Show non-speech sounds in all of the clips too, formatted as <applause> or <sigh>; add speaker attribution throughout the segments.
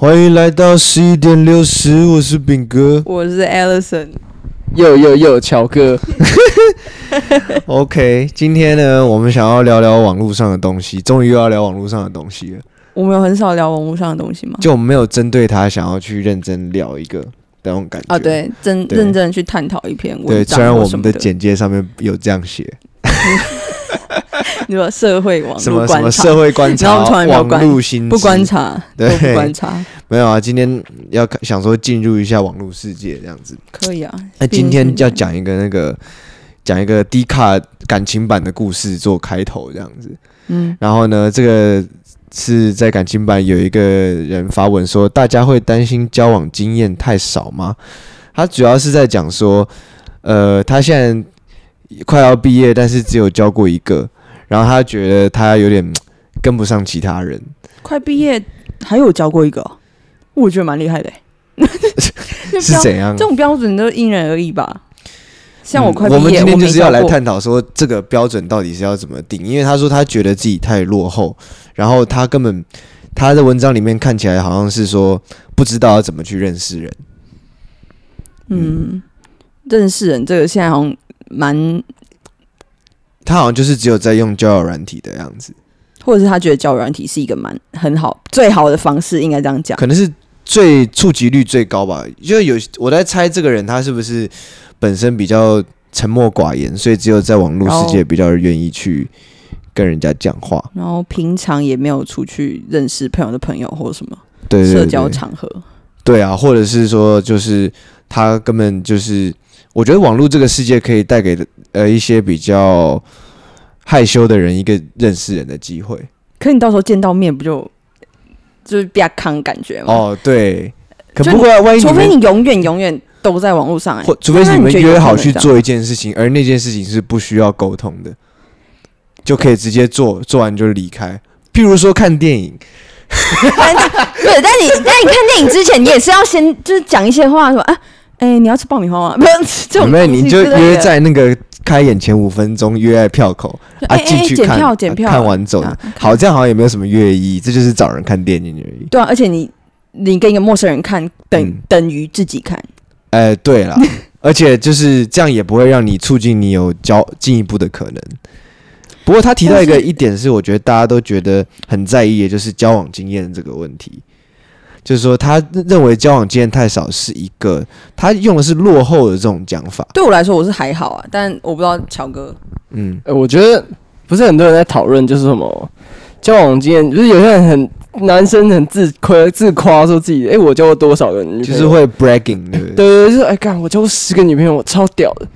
Speaker 1: 欢迎来到十一点六十，我是饼哥。
Speaker 2: 我是 Alison，
Speaker 3: 又又又，乔哥，
Speaker 1: <laughs> OK，今天呢，我们想要聊聊网络上的东西，终于又要聊网络上的东西了。
Speaker 2: 我们有很少聊网络上的东西吗？
Speaker 1: 就我们没有针对它想要去认真聊一个的那种感觉。
Speaker 2: 啊，对，真
Speaker 1: 对
Speaker 2: 认真地去探讨一篇
Speaker 1: 对，
Speaker 2: 文章
Speaker 1: 虽然
Speaker 2: 或
Speaker 1: 我
Speaker 2: 什
Speaker 1: 们的
Speaker 2: 么的
Speaker 1: 简介上面有这样写，
Speaker 2: 你说社会哦网
Speaker 1: 什
Speaker 2: 络
Speaker 1: 么什么
Speaker 2: 观察
Speaker 1: 社，会观察
Speaker 2: <laughs> 然后我们从来、没有
Speaker 1: 网
Speaker 2: 观
Speaker 1: 络新
Speaker 2: 不
Speaker 1: 知
Speaker 2: 观察都
Speaker 1: 对
Speaker 2: 不观察，
Speaker 1: 没有啊。今天要想说进入一下网络世界这样子。
Speaker 2: 可以啊。
Speaker 1: 那今
Speaker 2: 毕
Speaker 1: 天
Speaker 2: 竟是
Speaker 1: 要讲一个那个讲一个低卡感情版的故事做开头这样子。
Speaker 2: 嗯，
Speaker 1: 然后呢，这个是在感情版有一个人发文说，大家会担心交往经验太少吗？他主要是在讲说，呃，他现在快要毕业，但是只有交过一个，然后他觉得他有点跟不上其他人。
Speaker 2: 快毕业还有教过一个哦，我觉得蛮厉害的欸。这
Speaker 1: 是
Speaker 2: 标
Speaker 1: 怎样
Speaker 2: 这？种标准都因人而异吧。像我快
Speaker 1: 嗯
Speaker 2: 毕
Speaker 1: 我
Speaker 2: 业，我
Speaker 1: 们今天
Speaker 2: 没
Speaker 1: 就是要
Speaker 2: 教
Speaker 1: 来
Speaker 2: 过
Speaker 1: 探讨说这个标准到底是要怎么定，因为他说他觉得自己太落后，然后他根本他的文章里面看起来好像是说不知道要怎么去认识人，
Speaker 2: 嗯，认识人这个现在好像蛮，
Speaker 1: 他好像就是只有在用交友软体的样子，
Speaker 2: 或者是他觉得交友软体是一个蛮很好最好的方式，应该这样讲。
Speaker 1: 可能是最触及率最高吧。就有我在猜这个人他是不是本身比较沉默寡言，所以只有在网络世界比较愿意去跟人家讲话，
Speaker 2: 然后平常也没有出去认识朋友的朋友或者什么
Speaker 1: 对对对，
Speaker 2: 社交场合，
Speaker 1: 对啊，或者是说，就是他根本就是，我觉得网络这个世界可以带给呃一些比较害羞的人一个认识人的机会。
Speaker 2: 可你到时候见到面不就就是比较康感觉吗？
Speaker 1: 哦，对，可
Speaker 2: 就
Speaker 1: 不过万一你
Speaker 2: 除非
Speaker 1: 们
Speaker 2: 你永远永远都在网络上、欸，
Speaker 1: 或除非是
Speaker 2: 那
Speaker 1: 你们
Speaker 2: 觉得有
Speaker 1: 约好
Speaker 2: 可能
Speaker 1: 去
Speaker 2: 这样，
Speaker 1: 做一件事情，而那件事情是不需要沟通的，就可以直接做，做完就离开。譬如说看电影，
Speaker 2: 对，但你但你看电影之前，你也是要先就是讲一些话，什么啊，哎、你要吃爆米花吗？不 <laughs> 用这种
Speaker 1: 没有你就
Speaker 2: 东西之类
Speaker 1: 约
Speaker 2: 的
Speaker 1: 在那个开演前五分钟，约在票口啊，
Speaker 2: 哎
Speaker 1: 进
Speaker 2: 哎
Speaker 1: 去
Speaker 2: 检
Speaker 1: 看
Speaker 2: 票检票
Speaker 1: 看完走
Speaker 2: 啊。
Speaker 1: 好，这样好像也没有什么乐意，这就是找人看电影而已。
Speaker 2: 对啊，而且你你跟一个陌生人看，等、
Speaker 1: 嗯
Speaker 2: 等于自己看，
Speaker 1: 哎、对
Speaker 2: <laughs>
Speaker 1: 啦，而且就是这样也不会让你促进你有交进一步的可能。不过他提到一个
Speaker 2: 但是
Speaker 1: 一点是，我觉得大家都觉得很在意，的就是交往经验这个问题。就是说，他认为交往经验太少是一个，他用的是落后的这种讲法。
Speaker 2: 对我来说我是还好啊，但我不知道乔哥，
Speaker 1: 嗯，
Speaker 3: 呃我觉得不是很多人在讨论，就是什么交往经验，就是有些人很男生很自夸自夸说自己，哎、我交过多少个女朋友，
Speaker 1: 就是会 bragging，对不对？
Speaker 3: 对对对，就是哎干、我交过十个女朋友，我超屌的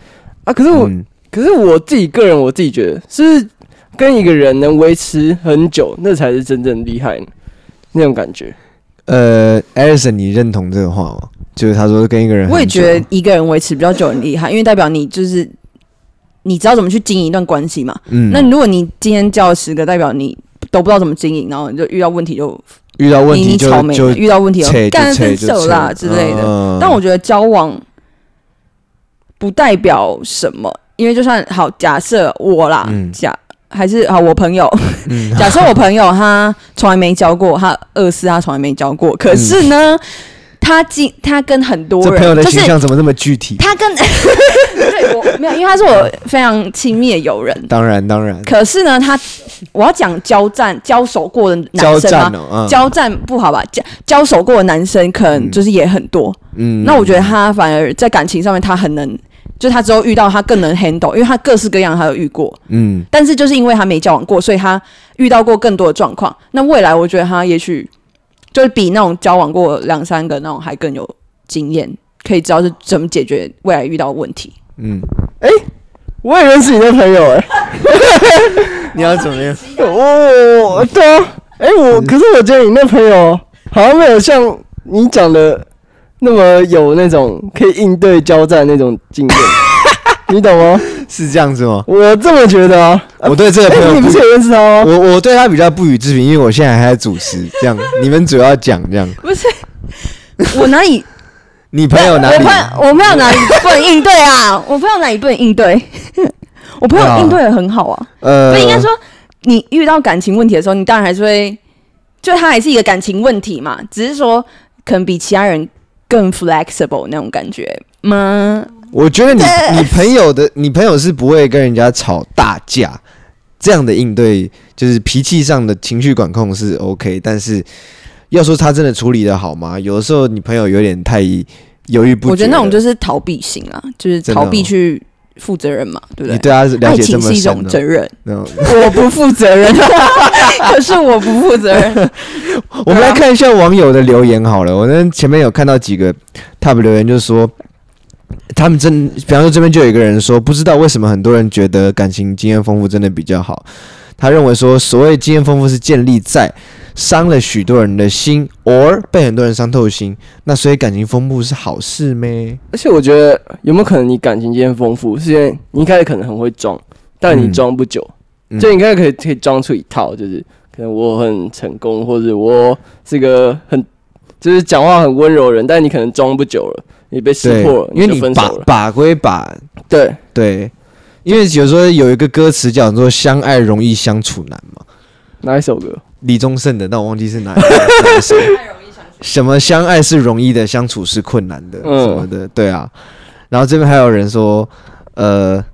Speaker 3: 啊！可是我、
Speaker 1: 嗯
Speaker 3: 可是我自己个人，我自己觉得是跟一个人能维持很久，那才是真正厉害那种感觉。
Speaker 1: 呃，Alison，你认同这个话吗？就是他说跟一个人很久，
Speaker 2: 我也觉得一个人维持比较久很厉害，因为代表你就是你知道怎么去经营一段关系嘛。
Speaker 1: 嗯，
Speaker 2: 那如果你今天交了十个，代表你都不知道怎么经营，然后你就遇到问题就
Speaker 1: 遇到问
Speaker 2: 你
Speaker 1: 题
Speaker 2: 你
Speaker 1: 就
Speaker 2: 草莓
Speaker 1: 就
Speaker 2: 了，遇到问题
Speaker 1: 切
Speaker 2: 了，干
Speaker 1: 就
Speaker 2: 分
Speaker 1: 切就
Speaker 2: 手啦
Speaker 1: 切
Speaker 2: 之类的。
Speaker 1: 嗯
Speaker 2: 但我觉得交往不代表什么，因为就算好假设我啦，
Speaker 1: 嗯
Speaker 2: 假还是好我朋友，
Speaker 1: 嗯
Speaker 2: <laughs> 假设我朋友他从来没交过，他二四他从来没交过，可是呢，他经他跟很多
Speaker 1: 嗯这
Speaker 2: 人
Speaker 1: 朋友的
Speaker 2: 就
Speaker 1: 形
Speaker 2: 是
Speaker 1: 象怎么这么具体？
Speaker 2: 他跟对我没有，因为他是我非常亲密的友人。
Speaker 1: 当然当然，
Speaker 2: 可是呢，他我要讲交战交手过的
Speaker 1: 交
Speaker 2: 男生
Speaker 1: 战
Speaker 2: 吗？
Speaker 1: 哦，嗯
Speaker 2: 交战不好吧？交交手过的男生可能就是也很多。
Speaker 1: 嗯
Speaker 2: 那我觉得他反而在感情上面，他很能，就他之后遇到他更能 handle，因为他各式各样他都遇过。
Speaker 1: 嗯，
Speaker 2: 但是就是因为他没交往过，所以他遇到过更多的状况。那未来我觉得他也许就是比那种交往过两三个那种还更有经验，可以知道是怎么解决未来遇到的问题。
Speaker 1: 嗯， <laughs>
Speaker 3: 我也认识你的朋友哎、
Speaker 1: 你要怎么样？
Speaker 3: 哦，对啊，哎、我可是我觉得你那朋友好像没有像你讲的那么有那种可以应对交战那种经验，你懂吗？
Speaker 1: 是这样子吗？
Speaker 3: 我这么觉得啊。
Speaker 1: 我对这个
Speaker 3: 哎、
Speaker 1: 朋
Speaker 3: 你
Speaker 1: 友
Speaker 3: 不是
Speaker 1: 不，
Speaker 3: 也认识他
Speaker 1: <laughs>
Speaker 3: 吗？
Speaker 1: 我我对他比较不予置评，因为我现在还在主持，这样你们主要讲这样。
Speaker 2: 不是我哪里
Speaker 1: 你朋友哪
Speaker 2: 我
Speaker 1: 里？啊
Speaker 2: 朋我朋友哪里不能应对
Speaker 1: <laughs>
Speaker 2: 啊？我朋友哪里不能应对？ <laughs> 我朋友应对的很好啊，
Speaker 1: 呃
Speaker 2: 所以应该说，你遇到感情问题的时候，你当然还是会就他还是一个感情问题嘛，只是说可能比其他人更 flexible 那种感觉吗？
Speaker 1: 我觉得你你朋友的你朋友是不会跟人家吵大架，这样的应对就是脾气上的情绪管控是 OK，但是要说他真的处理的好吗？有的时候你朋友有点太犹豫不决了，
Speaker 2: 我觉得那种就是逃避型啊，就是
Speaker 1: 真的
Speaker 2: 逃避
Speaker 1: 哦
Speaker 2: 去负责任嘛，对不
Speaker 1: 你
Speaker 2: 对？
Speaker 1: 对他了
Speaker 2: 爱
Speaker 1: 解这
Speaker 2: 情
Speaker 1: 么
Speaker 2: 是一
Speaker 1: 深
Speaker 2: 种
Speaker 1: 哦
Speaker 2: 责任， <laughs>
Speaker 1: 那种
Speaker 2: 我不负责任，可是我不负责任。 <laughs>
Speaker 3: <laughs>
Speaker 1: 我们来看一下网友的留言好了。我那前面有看到几个 top 留言，就是说他们真，比方说这边就有一个人说，不知道为什么很多人觉得感情经验丰富真的比较好。他认为说，所谓经验丰富是建立在伤了许多人的心，or 被很多人伤透心。那所以感情丰富是好事咩？
Speaker 3: 而且我觉得有没有可能你感情经验丰富，是因为你一开始可能很会装，但你
Speaker 1: 嗯
Speaker 3: 装不久，
Speaker 1: 嗯
Speaker 3: 就你一开始可以可以装出一套，就是可能我很成功，或者我是个很就是讲话很温柔的人，但你可能装不久了，你被识
Speaker 1: 对
Speaker 3: 破了，，
Speaker 1: 因为
Speaker 3: 就
Speaker 1: 你
Speaker 3: 分
Speaker 1: 把
Speaker 3: 手了。
Speaker 1: 把归把，
Speaker 3: 对，
Speaker 1: 对，因为有时候有一个歌词讲说，相爱容易相处难嘛。
Speaker 3: 哪一首歌？
Speaker 1: 李宗盛的，但我忘记是哪哪一首。什么相爱是容易的，相处是困难的，
Speaker 3: 嗯
Speaker 1: 什么的，对啊。然后这边还有人说，呃，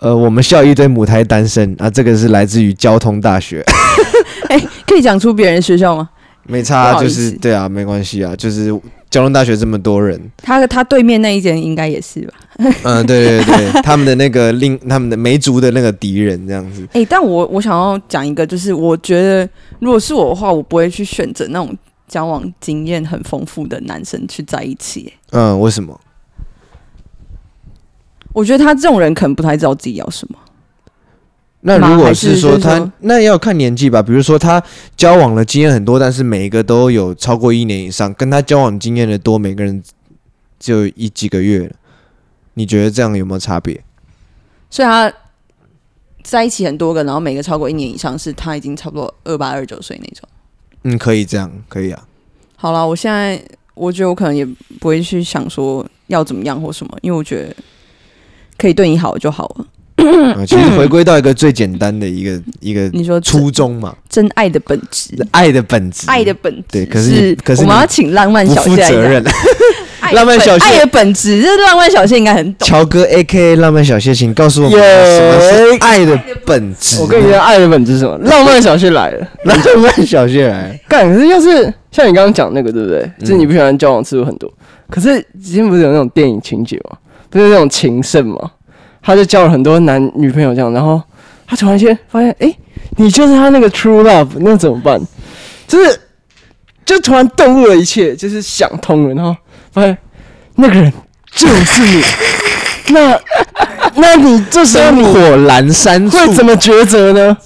Speaker 1: 呃，我们校一堆母胎单身啊，这个是来自于交通大学， <laughs>
Speaker 2: 哎、可以讲出别人的学校吗？
Speaker 1: 没差啊，
Speaker 2: 不好
Speaker 1: 就
Speaker 2: 意思
Speaker 1: 是对啊，没关系啊，就是交通大学这么多人， <laughs>
Speaker 2: 他他对面那一间应该也是吧？
Speaker 1: 嗯，对对对，他们的那个另他们的梅族的那个敌人这样子，
Speaker 2: 哎、但我我想要讲一个，就是我觉得如果是我的话，我不会去选择那种交往经验很丰富的男生去在一起、
Speaker 1: 嗯，为什么？
Speaker 2: 我觉得他这种人可能不太知道自己要什么。
Speaker 1: 那
Speaker 2: 吗
Speaker 1: 如果
Speaker 2: 还
Speaker 1: 是
Speaker 2: 是
Speaker 1: 说
Speaker 2: 就是
Speaker 1: 他，
Speaker 2: 说
Speaker 1: 那要看年纪吧。比如说他交往的经验很多，但是每一个都有超过一年以上，跟他交往经验的多，每个人只有一几个月了你觉得这样有没有差别？
Speaker 2: 所以他在一起很多个，然后每个超过一年以上，是他已经差不多二八二九岁那种。
Speaker 1: 嗯，可以这样，可以啊。
Speaker 2: 好了，我现在我觉得我可能也不会去想说要怎么样或什么，因为我觉得可以对你好就好了。
Speaker 1: 啊其实回归到一个最简单的一个一个
Speaker 2: 嗯你说真
Speaker 1: 初衷嘛，
Speaker 2: 真爱的本质，
Speaker 1: 爱的本质，
Speaker 2: 爱的本质
Speaker 1: 对可是你可是
Speaker 2: 我们
Speaker 1: 你
Speaker 2: 要请浪漫
Speaker 1: 不
Speaker 2: 小啊
Speaker 1: 负
Speaker 2: 谢来
Speaker 1: 责
Speaker 2: 讲
Speaker 1: 任。
Speaker 2: 爱的
Speaker 1: 浪漫
Speaker 2: 本
Speaker 1: 小谢
Speaker 2: 爱的本质，这浪漫小谢应该很懂。
Speaker 1: 乔哥 A K 浪漫小谢，请告诉我们
Speaker 3: 耶
Speaker 1: 什么是爱的本质？
Speaker 3: 我跟你说，爱的本质是什么？浪漫小谢来了。
Speaker 1: 浪漫小谢来，
Speaker 3: 干，可是要是像你刚刚讲那个，对不对？
Speaker 1: 嗯
Speaker 3: 就是你不喜欢交往次数很多，可是之前不是有那种电影情节吗？不是那种情圣吗？他就交了很多男女朋友这样，然后他突然间发现，哎、你就是他那个 true love，那怎么办？就是就突然顿悟了一切，就是想通了，然后发现那个人就是你，那那你这时候
Speaker 1: 灯
Speaker 3: 你
Speaker 1: 火阑珊处，
Speaker 3: 会怎么抉择呢？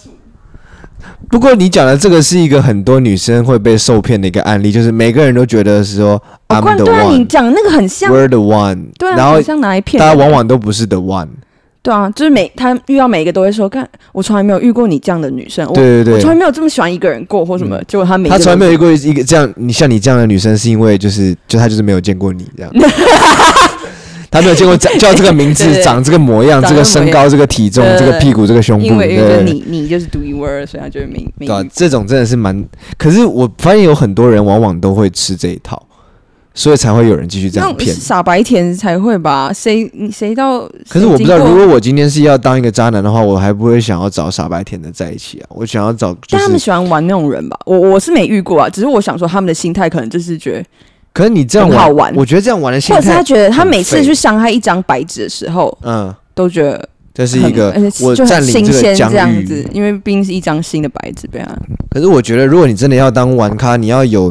Speaker 1: 不过你讲的这个是一个很多女生会被受骗的一个案例，就是每个人都觉得是说
Speaker 2: 哦
Speaker 1: I'm
Speaker 2: 冠
Speaker 1: the
Speaker 2: 对啊，你
Speaker 1: one，we're
Speaker 2: 讲的那个很像，
Speaker 1: the one，
Speaker 2: 对
Speaker 1: 然
Speaker 2: 啊，
Speaker 1: 后
Speaker 2: 很像拿来骗
Speaker 1: 大家
Speaker 2: 人。
Speaker 1: 往往都不是 the one，
Speaker 2: 对啊，就是每他遇到每一个都会说，看我从来没有遇过你这样的女生，我
Speaker 1: 对对
Speaker 2: 我从来
Speaker 1: 对，
Speaker 2: 没有这么喜欢一个人过或什么，
Speaker 1: 嗯
Speaker 2: 结果他每一
Speaker 1: 他
Speaker 2: 个
Speaker 1: 从来
Speaker 2: 都
Speaker 1: 没有遇过一个这样，你像你这样的女生，是因为就是就他就是没有见过你这
Speaker 2: <laughs>
Speaker 1: 样。他没有见过长叫这个名字
Speaker 2: 对、对
Speaker 1: 长这个模样、
Speaker 2: 长
Speaker 1: 这
Speaker 2: 这个
Speaker 1: 个身
Speaker 2: 模
Speaker 1: 高、这个体重、这
Speaker 2: 对对
Speaker 1: 个屁股、这个胸部，
Speaker 2: 因为
Speaker 1: 对
Speaker 2: 因为
Speaker 1: 对对
Speaker 2: 你你就是独一无二，所以他就会没没
Speaker 1: 对啊
Speaker 2: 遇，
Speaker 1: 这种真的是蛮……可是我发现有很多人往往都会吃这一套，所以才会有人继续这
Speaker 2: 那
Speaker 1: 样
Speaker 2: 种
Speaker 1: 骗。
Speaker 2: 傻白甜才会吧？谁你谁到？
Speaker 1: 可是我不知道，
Speaker 2: 谁经
Speaker 1: 如
Speaker 2: 过
Speaker 1: 果我今天是要当一个渣男的话，我还不会想要找傻白甜的在一起啊，我想要找就
Speaker 2: 但他们
Speaker 1: 是。
Speaker 2: 喜欢玩那种人吧？我我是没遇过啊，只是我想说他们的心态可能就是觉得，
Speaker 1: 可是你这样
Speaker 2: 很好
Speaker 1: 玩
Speaker 2: 玩
Speaker 1: 我觉得这样玩的心
Speaker 2: 或者是
Speaker 1: 态
Speaker 2: 他，觉得他
Speaker 1: 很
Speaker 2: 每次
Speaker 1: 废
Speaker 2: 去伤害一张白纸的时候，
Speaker 1: 嗯，
Speaker 2: 都觉得
Speaker 1: 这是
Speaker 2: 很
Speaker 1: 一个
Speaker 2: 而且
Speaker 1: 我
Speaker 2: 就很
Speaker 1: 占领
Speaker 2: 新
Speaker 1: 这个
Speaker 2: 鲜
Speaker 1: 疆
Speaker 2: 这样
Speaker 1: 域
Speaker 2: 子。，因为毕竟是一张新的白纸啊被他。
Speaker 1: 可是我觉得，如果你真的要当玩咖，你要有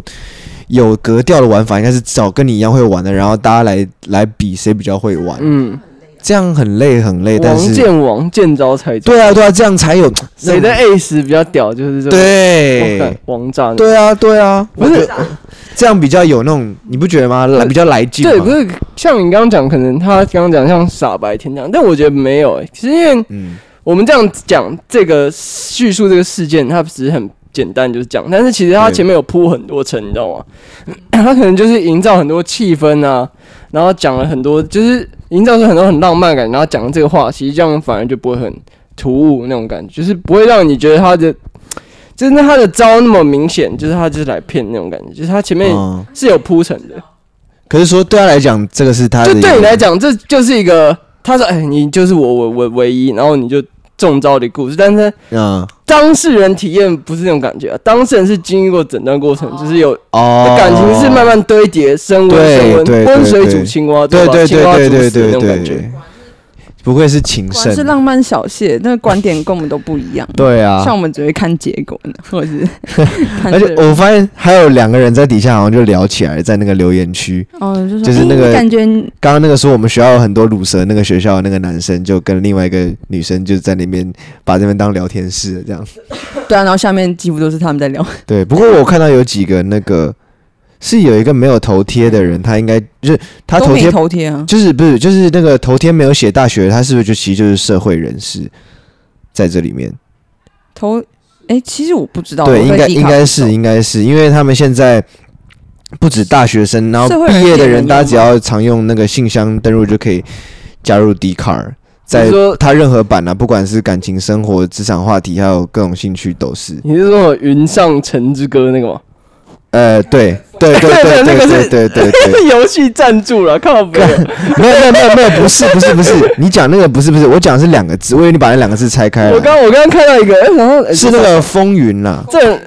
Speaker 1: 有格调的玩法，应该是找跟你一样会玩的，然后大家来来比谁比较会玩，
Speaker 3: 嗯，
Speaker 1: 这样很累很累，但
Speaker 3: 王
Speaker 1: 是
Speaker 3: 见王，见招拆招。
Speaker 1: 对啊对啊，这样才有
Speaker 3: 谁的
Speaker 1: 那种
Speaker 3: ace 比较屌，就是这种
Speaker 1: 对
Speaker 3: 王炸男
Speaker 1: 对啊对啊，
Speaker 3: 不是
Speaker 1: 这样比较有那种，你不觉得吗？来比较来劲嘛，
Speaker 3: 对，不是像你刚刚讲，可能他刚刚讲像傻白甜这样，但我觉得没有、欸，其实因为
Speaker 1: 嗯。
Speaker 3: 我们这样讲这个叙述这个事件，它只是很简单就是讲，但是其实它
Speaker 1: 对
Speaker 3: 前面有铺很多层，你知道吗？ <clears throat> 他可能就是营造很多气氛啊，然后讲了很多，就是营造出很多很浪漫的感，然后讲这个话，其实这样反而就不会很突兀那种感觉，就是不会让你觉得他的就是那他的招那么明显，就是他就是来骗那种感觉，就是他前面
Speaker 1: 嗯，
Speaker 3: 是有铺陈的。
Speaker 1: 可是说对他来讲，这个是他的，
Speaker 3: 就对你来，讲，这就是一个他说，哎，你就是我我我唯一，然后你就中招的故事。但是
Speaker 1: 嗯，
Speaker 3: 当事人体验不是那种感觉、啊，当事人是经历过整段过程，就是有
Speaker 1: 哦，
Speaker 3: 感情是慢慢堆叠、升温、
Speaker 1: 对
Speaker 3: 升
Speaker 1: 对
Speaker 3: 温，
Speaker 1: 对
Speaker 3: 温水
Speaker 1: 对
Speaker 3: 煮青蛙，
Speaker 1: 对
Speaker 3: 吧？
Speaker 1: 对
Speaker 3: 青蛙
Speaker 1: 对
Speaker 3: 煮
Speaker 1: 对对
Speaker 3: 死的
Speaker 1: 对
Speaker 3: 那种
Speaker 1: 对
Speaker 3: 感觉。
Speaker 1: 不愧是情
Speaker 2: 果然是
Speaker 1: 圣，
Speaker 2: 浪漫小谢，那个观点跟我们都不一样。
Speaker 1: 对 <laughs> 啊
Speaker 2: 像，我们只会看结果呢，或
Speaker 1: <laughs>
Speaker 2: 者是看
Speaker 1: 而且
Speaker 2: 这个
Speaker 1: 我发现还有两个人在底下好像就聊起来，在那个留言区，
Speaker 2: 哦，就说
Speaker 1: 就是
Speaker 2: 哎
Speaker 1: 那个
Speaker 2: 你感觉你
Speaker 1: 刚刚那个说我们学校有很多乳蛇，那个学校的那个男生就跟另外一个女生就在那边把这边当聊天室这样。
Speaker 2: 对啊，然后下面几乎都是他们在聊，
Speaker 1: 对，不过我看到有几个那个是有一个没有头贴的人，他应该就是他
Speaker 2: 都
Speaker 1: 头
Speaker 2: 没
Speaker 1: 贴
Speaker 2: 头贴啊，
Speaker 1: 就是不是就是那个头贴没有写大学，他是不是就其实就是社会人士在这里面？
Speaker 2: 头哎，其实我不
Speaker 3: 哦
Speaker 2: 知道，
Speaker 1: 对，
Speaker 2: 我
Speaker 1: 应
Speaker 2: 在
Speaker 1: 该
Speaker 2: Dcard
Speaker 1: 应该是
Speaker 2: 不知
Speaker 1: 应该是，因为他们现在不止大学生，然后
Speaker 2: 社会人
Speaker 1: 毕业
Speaker 2: 也
Speaker 1: 的
Speaker 2: 能
Speaker 1: 人，
Speaker 2: 用
Speaker 1: 大家
Speaker 2: 吗
Speaker 1: 只要常用那个信箱登录就可以加入 d c a r 在
Speaker 3: 你说
Speaker 1: 他任何版啊，不管是感情生活、职场话题，还有各种兴趣都是。
Speaker 3: 你是说《云上城之歌》那个吗？
Speaker 1: 呃，对对对对
Speaker 3: <laughs> 那个
Speaker 1: 对
Speaker 3: 是
Speaker 1: 对对对对，
Speaker 3: 是 <laughs> 游戏赞助了，靠不？
Speaker 1: 没有没有没有没有，不是不是不是，你讲那个不是不是，我讲的是两个字，我以为你把那两个字拆开
Speaker 3: 我
Speaker 1: 了，
Speaker 3: 刚我刚刚看到一个，哎，然后哎
Speaker 1: 是那个风云啊啦，
Speaker 3: 这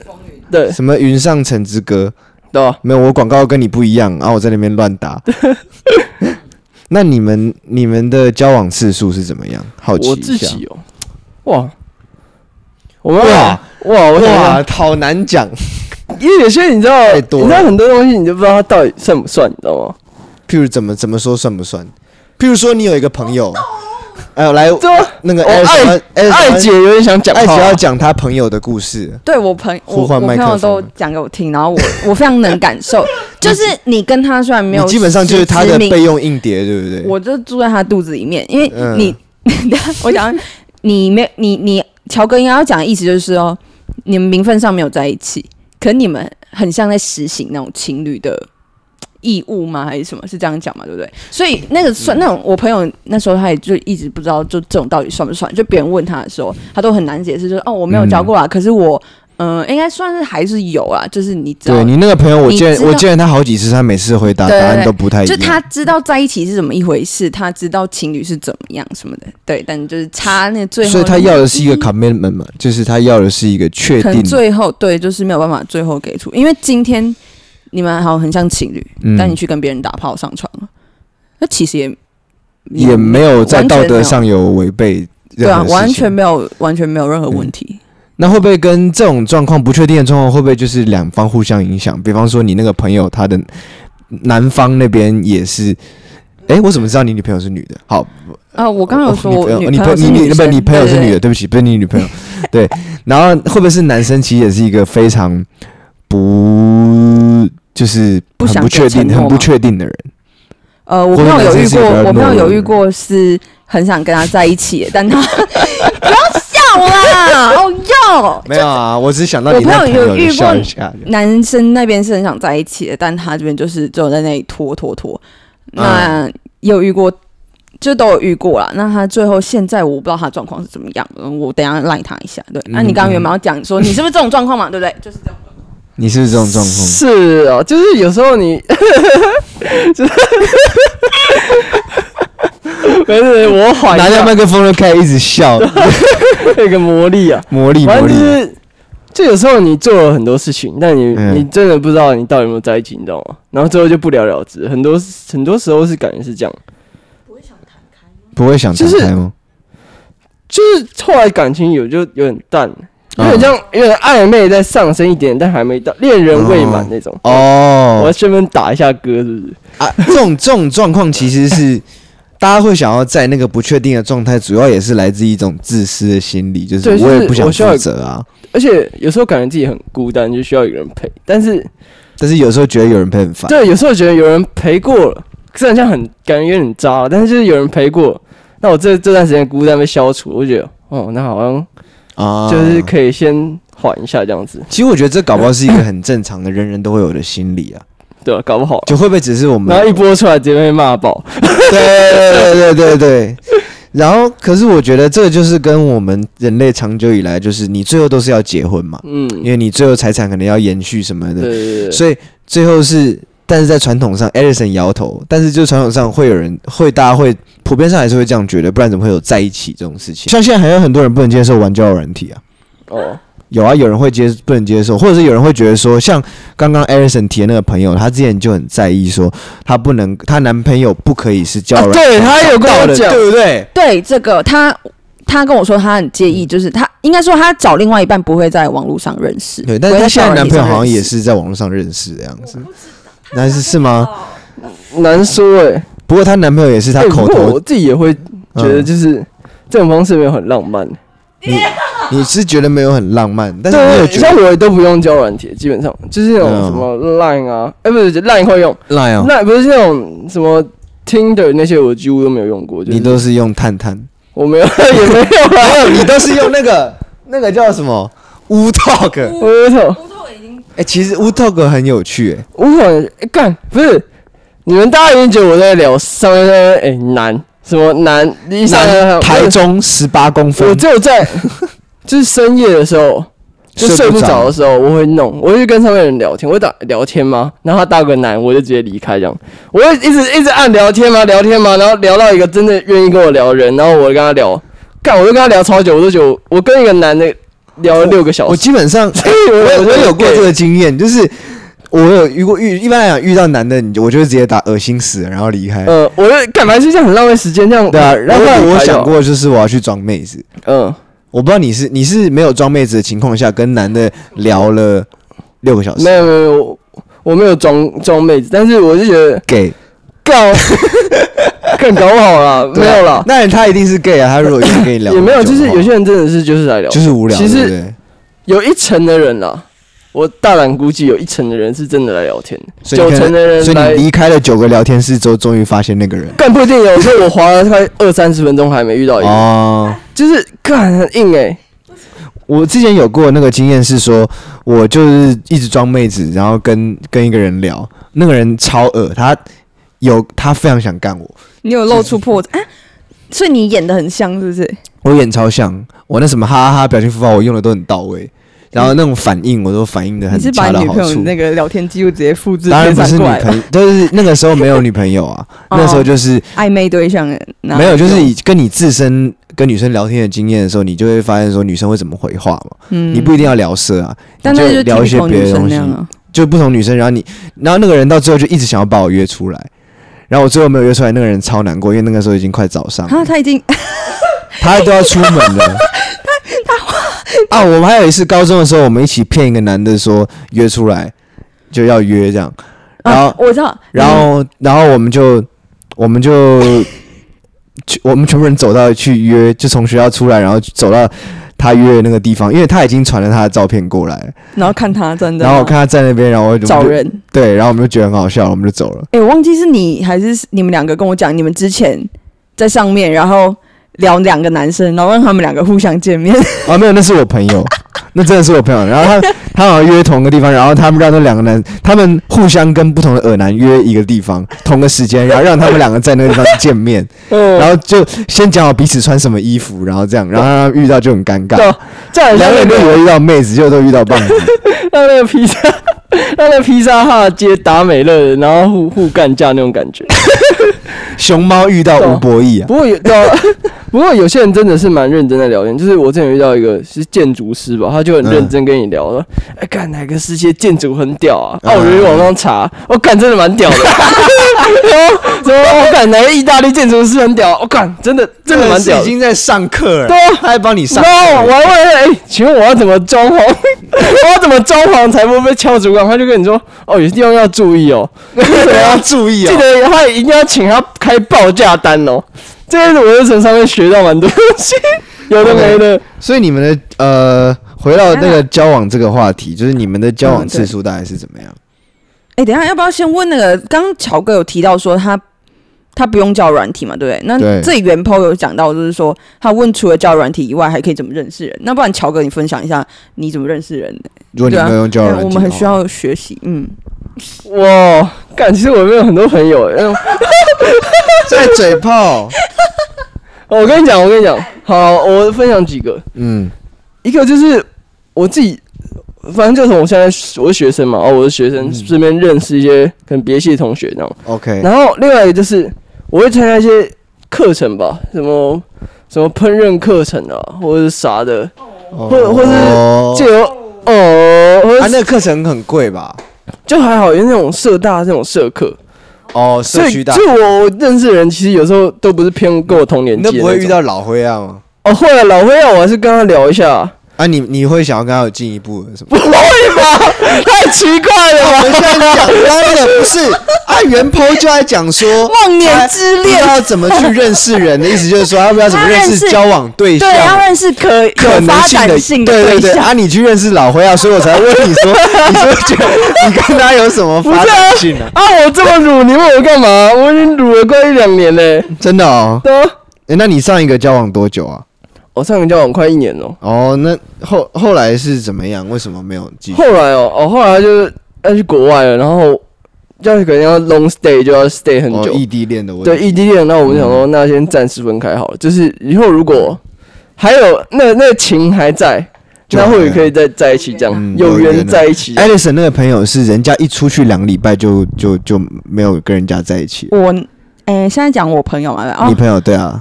Speaker 3: 对
Speaker 1: <laughs> 什么云上城之歌。
Speaker 3: 对吧？
Speaker 1: 没有，我广告跟你不一样，然、啊后我在那边乱打。 <laughs> 那你们你们的交往次数是怎么样？好奇
Speaker 3: 我
Speaker 1: 一
Speaker 3: 自
Speaker 1: 下。
Speaker 3: 己哦，哇，我们
Speaker 1: 哇
Speaker 3: 哇我
Speaker 1: 哇
Speaker 3: 哇，，
Speaker 1: 好难讲。
Speaker 3: 因为有些你知道，
Speaker 1: 太
Speaker 3: 你
Speaker 1: 多了
Speaker 3: 知道很多东西你就不知道它到底算不算，你知道
Speaker 1: <laughs>
Speaker 3: 吗？
Speaker 1: 譬如怎么怎么说算不算？譬如说你有一个朋友，哎呦，来
Speaker 3: 这
Speaker 1: 那个哎
Speaker 3: 我爱
Speaker 1: S
Speaker 3: 艾姐有点想讲话，
Speaker 1: 艾姐要讲她朋友的故事
Speaker 2: 道。对我朋我
Speaker 1: 互
Speaker 2: 我
Speaker 1: 换麦
Speaker 2: 朋
Speaker 1: 克
Speaker 2: 友
Speaker 1: 风
Speaker 2: 都讲给我听，然后我我非常能
Speaker 1: <laughs>
Speaker 2: 感受，就是你跟他虽然
Speaker 1: 你
Speaker 2: 没有，
Speaker 1: 基本上就是她的备，用硬碟，对不对？
Speaker 2: 我就住在他肚子里面，因为
Speaker 1: 嗯
Speaker 2: 你， <laughs> 我想你没你你乔哥应该要讲的意思就是哦，你们名分上没有在一起，可你们很像在实行那种情侣的义务吗？还是什么？是这样讲嘛？对不对？所以那个
Speaker 1: 嗯
Speaker 2: 算那种，我朋友那时候他也就一直不知道，就这种到底算不算？就别人问他的时候，他都很难解释，就是哦，我没有交过啊，可是我嗯、呃应该算是还是有啊，就是你知道
Speaker 1: 对。你那个朋友，我
Speaker 2: 你
Speaker 1: 见
Speaker 2: 知道
Speaker 1: 我见了他好几次，他每次回答答
Speaker 2: 对对
Speaker 1: 案
Speaker 2: 对
Speaker 1: 都不太一
Speaker 2: 就
Speaker 1: 样。
Speaker 2: 他知道在一起是怎么一回事，他知道情侣是怎么样什么的，对，但就是差那个最后，
Speaker 1: 所以他要的是一个
Speaker 2: 嗯
Speaker 1: commitment 嘛，就是他要的是一个确
Speaker 2: 可能
Speaker 1: 定。
Speaker 2: 最后对，就是没有办法最后给出，因为今天你们好像很像情侣，
Speaker 1: 嗯
Speaker 2: 但你去跟别人打炮上床了，那其实也
Speaker 1: 也没有在道德上有违背
Speaker 2: 对
Speaker 1: 任
Speaker 2: 啊
Speaker 1: 何，事情
Speaker 2: 完全。没有完全没有任何问题。
Speaker 1: 那会不会跟这种状况不确定的状况，会不会就是两方互相影响？比方说你那个朋友，他的男方那边也是。哎，我怎么知道你女朋友是女的？好，
Speaker 2: 啊，我刚刚有说
Speaker 1: 哦
Speaker 2: 我
Speaker 1: 你
Speaker 2: 女
Speaker 1: 朋
Speaker 2: 朋
Speaker 1: 友
Speaker 2: 友
Speaker 1: 你
Speaker 2: 是
Speaker 1: 你
Speaker 2: 女
Speaker 1: 你不
Speaker 2: 生，
Speaker 1: 你朋友是女的，
Speaker 2: 对
Speaker 1: 对不起，不是你女朋友。
Speaker 2: <laughs>
Speaker 1: 对，然后会不会是男生其实也是一个非常不就是
Speaker 2: 不
Speaker 1: 很
Speaker 2: 想
Speaker 1: 不确
Speaker 2: 给承
Speaker 1: 定、
Speaker 2: 诺
Speaker 1: 很不
Speaker 2: 吗
Speaker 1: 确定的人？
Speaker 2: 呃，我
Speaker 1: 或
Speaker 2: 朋
Speaker 1: 者
Speaker 2: 友有
Speaker 1: 男
Speaker 2: 遇
Speaker 1: 生是
Speaker 2: 过
Speaker 1: 比较，
Speaker 2: 我朋友
Speaker 1: 懦弱
Speaker 2: 有
Speaker 1: 的
Speaker 2: 遇过是很想跟他在一起的，但他 <laughs> 不要笑啦，哦哟，
Speaker 1: 没有啊，我只是想到
Speaker 2: 我
Speaker 1: 你那
Speaker 2: 朋友有
Speaker 1: 朋友
Speaker 2: 遇
Speaker 1: 就笑
Speaker 2: 过
Speaker 1: 一下。
Speaker 2: 男生那边是很想在一起的，但他这边就是只有在那里拖拖拖。
Speaker 1: 嗯
Speaker 2: 那、也有遇过，就都有遇过啦。那他最后现在我不知道他状况是怎么样，嗯我等一下赖他一下。对，
Speaker 1: 嗯
Speaker 2: 那、你刚刚原本要讲说你是不是这种状况嘛？对不对？就是这样。
Speaker 1: 你是不是这种状况？
Speaker 3: 是啊，就是有时候你， <laughs> 就是，没事，我缓一
Speaker 1: 拿
Speaker 3: 下
Speaker 1: 掉麦克风就开始一直笑，
Speaker 3: 那个魔力啊，
Speaker 1: 魔力魔
Speaker 3: 反正就
Speaker 1: 力。
Speaker 3: 是，就有时候你做了很多事情，但你、
Speaker 1: 嗯
Speaker 3: 你真的不知道你到底有没有在一起，你知道吗？然后最后就不了了之，很多很多时候是感觉是这样，
Speaker 1: 不会想
Speaker 3: 就
Speaker 1: 摊
Speaker 3: 是
Speaker 1: 开吗？
Speaker 3: 就是后来感情有就有点淡，有点像有点暧昧在上升一点，但还没到恋人未满那种。我要
Speaker 1: 哦，
Speaker 3: 顺便打一下歌，是不是？
Speaker 1: 啊，这种这种状况其实
Speaker 3: <laughs>
Speaker 1: 是大家会想要在那个不确定的状态，主要也是来自一种自私的心理，就是
Speaker 3: 对就是
Speaker 1: 我也不想
Speaker 3: 我需要
Speaker 1: 负责啊。
Speaker 3: 而且有时候感觉自己很孤单，就需要有人陪。但是，
Speaker 1: 但是有时候觉得有人会很烦，
Speaker 3: 对，有时候觉得有人陪过了，虽然像很感觉有点渣，但是就是有人陪过，那我这这段时间孤单被消除，我就觉得哦，那好像
Speaker 1: 啊，
Speaker 3: 就是可以先缓一下这样子，
Speaker 1: 其实我觉得这搞不好是一个很正常的，人人都会有的心理啊，
Speaker 3: 对吧、搞不好，
Speaker 1: 就会不会只是我们
Speaker 3: <laughs> 然后一播出来直接被骂爆，
Speaker 1: 对对对对对对，然后，可是我觉得这就是跟我们人类长久以来，就是你最后都是要结婚嘛，
Speaker 3: 嗯，
Speaker 1: 因为你最后财产可能要延续什么
Speaker 3: 对
Speaker 1: 的，
Speaker 3: 对对，
Speaker 1: 所以最后是，但是在传统上，Edison 摇头，但是就传统上会有人会，大家会普遍上还是会这样觉得，不然怎么会有在一起这种事情？像现在还有很多人不能接受玩交友软体啊，
Speaker 3: 哦，
Speaker 1: 有啊，有人会接不能接受，或者是有人会觉得说，像刚刚 Edison 提的那个朋友，她之前就很在意说，她不能，她男朋友不可以是交
Speaker 3: 啊
Speaker 1: 友软
Speaker 3: 对
Speaker 1: 体
Speaker 3: 他有跟
Speaker 1: 到
Speaker 3: 我
Speaker 1: 的，
Speaker 3: 讲，
Speaker 1: 对不对？
Speaker 2: 对这个，他他跟我说他很介意，就是他应该说他找另外一半不会在网络上认识，
Speaker 1: 对，但是
Speaker 2: 不
Speaker 1: 她
Speaker 2: 会在
Speaker 1: 现在
Speaker 2: 交友
Speaker 1: 男
Speaker 2: 软
Speaker 1: 朋
Speaker 2: 体
Speaker 1: 友
Speaker 2: 上
Speaker 1: 好像也
Speaker 2: 认识
Speaker 1: 是在网络上认识的样子，那是是吗？
Speaker 3: 难说哎，
Speaker 1: 不过她男朋友也是她
Speaker 3: 哎
Speaker 1: 口
Speaker 3: 不过
Speaker 1: 头嗯
Speaker 3: 我，自己也会觉得就是这种方式没有很浪漫，
Speaker 1: 你是觉得没有很浪漫，但是我
Speaker 3: 对
Speaker 1: 有
Speaker 3: 对，
Speaker 1: 觉得
Speaker 3: 像我都不用交友软体，基本上就是那种
Speaker 1: 嗯
Speaker 3: 什么 Line 啊，哎，不是 Line 会用，
Speaker 1: 赖哦，
Speaker 3: 那不是那种什么 Tinder 那些，我几乎都没有用过，就
Speaker 1: 你
Speaker 3: 是
Speaker 1: 都是用探探，
Speaker 3: 我没有 <laughs> 也没有啊，
Speaker 1: 没有， <laughs> 你都是用那个那个叫什么 Wu Talk，
Speaker 3: 我有种
Speaker 1: 哎，其实 Wu Talk 很有趣，哎，
Speaker 3: 无法哎干，不是你们大家已经觉得我在聊上面那哎男什么男，一上
Speaker 1: 南
Speaker 3: 来
Speaker 1: 台中十八公
Speaker 3: 我
Speaker 1: 分，
Speaker 3: 只有在 <laughs> 就是深夜的时候，就睡不着的时候，我会弄，我会去跟上面的人聊天，我会打聊天吗？然后他打个男，我就直接离开这样，我会一直一直按聊天吗？聊天吗？然后聊到一个真的愿意跟我聊的人，然后我跟他聊，干，我就跟他聊超久，我都觉得我我跟一个男的聊了六个小
Speaker 1: 我
Speaker 3: 时，
Speaker 1: 基本
Speaker 3: <laughs>
Speaker 1: 上
Speaker 3: 我
Speaker 1: 我
Speaker 3: 我
Speaker 1: 我
Speaker 3: 觉得
Speaker 1: 有过这个经验，就是。我有遇过遇，一般来讲遇到男的，你就我就会直接打恶心死了，然后离开。
Speaker 3: 呃，我就干嘛是这样很浪费时间这样？
Speaker 1: 对啊，然后
Speaker 3: 就离开
Speaker 1: 我
Speaker 3: 就好
Speaker 1: 想，过，就是我要去装妹子，
Speaker 3: 嗯，
Speaker 1: 我不知道你是你是没有装妹子的情况下跟男的聊了六个小时
Speaker 3: 没，有没有没有，我我没有装装妹子，但是我就觉得
Speaker 1: 给
Speaker 3: 干， <laughs> 更搞不好啦，没
Speaker 1: 对啊
Speaker 3: 有啦。
Speaker 1: 那他一定是 gay 啊，他如果愿意跟你聊那
Speaker 3: 也
Speaker 1: 么久
Speaker 3: 没
Speaker 1: 的话，
Speaker 3: 有，就是有些人真的是就是来聊，
Speaker 1: 就是无聊，
Speaker 3: 其
Speaker 1: 对不
Speaker 3: 实
Speaker 1: 对
Speaker 3: 有一成的人啦，我大胆估计有一成的人是真的来聊天，
Speaker 1: 所以
Speaker 3: 九
Speaker 1: 你可
Speaker 3: 成
Speaker 1: 能
Speaker 3: 的人
Speaker 1: 所
Speaker 3: 来
Speaker 1: 以你离开了九个聊天室之后，终于发现那个人
Speaker 3: 干不一定有，有时候我滑了快二三十分钟还没遇到一个，
Speaker 1: 哦。
Speaker 3: 就是干很硬哎、
Speaker 1: 我之前有过那个经验是说，我就是一直装妹子，然后跟跟一个人聊，那个人超恶，他有他非常想干我，
Speaker 2: 你有露出破绽、啊，所以你演的很像，是不是？
Speaker 1: 我演超像，我那什么哈哈哈表情符号我用的都很到位，然后那种反应我都反应的
Speaker 2: 你
Speaker 1: 很
Speaker 2: 是把
Speaker 1: 恰
Speaker 2: 你
Speaker 1: 到
Speaker 2: 女
Speaker 1: 好
Speaker 2: 朋友
Speaker 1: 处。
Speaker 2: 那个聊天记录直接复制
Speaker 1: 当
Speaker 2: 贴
Speaker 1: 然不
Speaker 2: 上
Speaker 1: 是女
Speaker 2: 过来吧？
Speaker 1: 朋友，就是那个时候没有女朋友啊，那时候就是
Speaker 2: 暧昧对象哪
Speaker 1: 没有，就是以跟你自身跟女生聊天的经验的时候，你就会发现说女生会怎么回话嘛，
Speaker 2: 嗯
Speaker 1: 你不一定要聊色啊，
Speaker 2: 但
Speaker 1: 你
Speaker 2: 那
Speaker 1: 就聊一些
Speaker 2: typical
Speaker 1: 别
Speaker 2: 女
Speaker 1: 的
Speaker 2: 生
Speaker 1: 东
Speaker 2: 那
Speaker 1: 西
Speaker 2: 样，啊
Speaker 1: 就不同女生，然后你，然后那个人到最后就一直想要把我约出来。然后我最后没有约出来，那个人超难过，因为那个时候已经快早上了，
Speaker 2: 啊，他已经
Speaker 1: 他都要出门了。啊，我们还有一次高中的时候，我们一起骗一个男的说约出来就要约这样，然后
Speaker 2: 啊，我知道，
Speaker 1: 然后然后我们就我们就去我们全部人走到去约，就从学校出来，然后走到他约的那个地方，因为他已经传了他的照片过来，
Speaker 2: 然后看他站在那，
Speaker 1: 然后我看他在那边，然后我就
Speaker 2: 找人，
Speaker 1: 对，然后我们就觉得很好笑，我们就走了。
Speaker 2: 哎、我忘记是你还是你们两个跟我讲，你们之前在上面，然后聊两个男生，然后让他们两个互相
Speaker 1: <laughs>
Speaker 2: 见面。
Speaker 1: 啊，没有，那是我朋友， <laughs> 那真的是我朋友。然后他他好像约同个地方，然后他们让那两个男，他们互相跟不同的耳男约一个地方，同个时间，然后让他们两个在那个地方见
Speaker 3: <laughs>
Speaker 1: 面，
Speaker 3: 嗯，
Speaker 1: 然
Speaker 3: 后
Speaker 1: 后就先讲好彼此穿什么衣服，然后这样，然后让他们遇到就很尴尬。
Speaker 3: 对，啊这很像
Speaker 1: 两个人
Speaker 3: 那
Speaker 1: 都以
Speaker 3: 个
Speaker 1: 为遇到妹子，结果都遇到棒
Speaker 3: <laughs>
Speaker 1: 子。
Speaker 3: 让那个披萨， <laughs> 让那个披萨哈接达美乐，然后互互干架那种感觉。
Speaker 1: 熊猫遇到吴博义啊，
Speaker 3: 不过有对啊、不过有些人真的是蛮认真的聊天，就是我之前有遇到一个是建筑师吧，他就很认真跟你聊了，哎、干、哪个世界建筑很屌啊？哦、啊，我就去网上查，我、干真的蛮屌的，然后什么我干哪个意大利建筑师很屌，我、干真的真的蛮屌
Speaker 1: 是已
Speaker 3: 的。
Speaker 1: 经在上课了，
Speaker 3: 对啊
Speaker 1: 他还帮你上
Speaker 3: 然后我
Speaker 1: 课。
Speaker 3: 还问他，哎、请问我要怎么装潢？我要怎么装潢才不会被敲竹杠？他就跟你说，哦，有些地方要注意哦，
Speaker 1: <laughs> 对，要注意
Speaker 3: 记
Speaker 1: 哦。
Speaker 3: 得他一定要请他开报价单哦。这些我就从上面学到蛮多东西，有的没的。
Speaker 1: 所以你们的呃，回到那个交往这个话题，就是你们的交往
Speaker 2: 嗯
Speaker 1: 次
Speaker 2: 对
Speaker 1: 数大概是怎么样？
Speaker 2: 哎、等一下要不要先问那个？刚刚乔哥有提到说他他不用教软体嘛，对不
Speaker 1: 对
Speaker 2: 对？那这里原 po 有讲到，就是说他问除了教软体以外，还可以怎么认识人？那不然乔哥你分享一下你怎么认识人的？
Speaker 1: 如果你
Speaker 2: 对啊
Speaker 1: 没有用交友
Speaker 2: 对
Speaker 1: 软件，
Speaker 2: 我们很
Speaker 1: <laughs>
Speaker 2: 需。要学习。嗯，
Speaker 3: 哇，哎干，其实我没有很多朋友，嗯
Speaker 1: 在嘴炮，
Speaker 3: 我跟你讲，我跟你讲，好，我分享几个，
Speaker 1: 嗯
Speaker 3: 一个就是我自己，反正就是我现在我是学生嘛，哦，我是学生，
Speaker 1: 嗯
Speaker 3: 顺便认识一些可能别系的同学这样。
Speaker 1: ，OK，
Speaker 3: 然后另外一个就是我会参加一些课程吧，什么什么烹饪课程啊，或者是啥的，
Speaker 1: 或
Speaker 3: 或或是借由哦，或者
Speaker 1: 哦啊，
Speaker 3: 是
Speaker 1: 那个课程很贵吧？
Speaker 3: 就还好，有那种社大那种社课，
Speaker 1: 哦，
Speaker 3: 所
Speaker 1: 社
Speaker 3: 以
Speaker 1: 区大
Speaker 3: 就，我我认识的人，其实有时候都不是偏跟我同年
Speaker 1: 你
Speaker 3: 纪
Speaker 1: 那
Speaker 3: 的
Speaker 1: 不
Speaker 3: 种
Speaker 1: 会遇到老灰啊吗？
Speaker 3: 哦，会啊，老辉啊，我还是跟他聊
Speaker 1: <laughs>
Speaker 3: 一下，
Speaker 1: 啊，你你会想要跟他有进一步的什么？
Speaker 3: 太奇怪了吧？
Speaker 1: 我现在 <laughs> 讲真的不是，啊，原 po 就在讲说
Speaker 2: 忘年之
Speaker 1: 不知
Speaker 2: 恋，
Speaker 1: 道怎么去认识人的意思，就是说他不知道怎么认
Speaker 2: 他认
Speaker 1: 识
Speaker 2: 识
Speaker 1: 交往对象
Speaker 2: 对，。要认识可
Speaker 1: 可
Speaker 2: 有
Speaker 1: 能
Speaker 2: 发
Speaker 1: 性
Speaker 2: 展
Speaker 1: 的
Speaker 2: 性的
Speaker 1: 对对对，
Speaker 2: 象。
Speaker 1: 啊，你去认识老灰啊，所以我才问你说，你说觉得你跟他有什么发展性呢？
Speaker 3: 啊，我这么乳，你问我干嘛？我已经乳了快一两年嘞、
Speaker 1: <laughs> 真的哦，
Speaker 3: 对啊，
Speaker 1: 诶那你上一个交往多久啊？
Speaker 3: 我上个交往快一年了。
Speaker 1: 哦，那后后来是怎么样？为什么没有继续？
Speaker 3: 后来哦，哦，后来就是要去国外了，然后要可能要 long stay 就要 stay 很
Speaker 1: 哦，
Speaker 3: 久，
Speaker 1: 异地恋的问
Speaker 3: 对
Speaker 1: 题。
Speaker 3: 异地恋。那我们想说，
Speaker 1: 嗯
Speaker 3: 那先暂时分开好了，就是以后如果还有那那情还在，
Speaker 1: 就
Speaker 3: 那
Speaker 1: 好
Speaker 3: 或许
Speaker 1: 了
Speaker 3: 可以再在一起这
Speaker 1: 嗯
Speaker 3: 样，
Speaker 1: 有
Speaker 3: 有
Speaker 1: 缘
Speaker 3: 缘
Speaker 1: 啊
Speaker 3: 在一起这样。
Speaker 1: 艾丽森那个朋友是人家一出去两个礼拜就就就没有跟人家在一起。
Speaker 2: 我诶，现在讲我朋友嘛，
Speaker 1: 你
Speaker 2: 哦，
Speaker 1: 朋友对啊，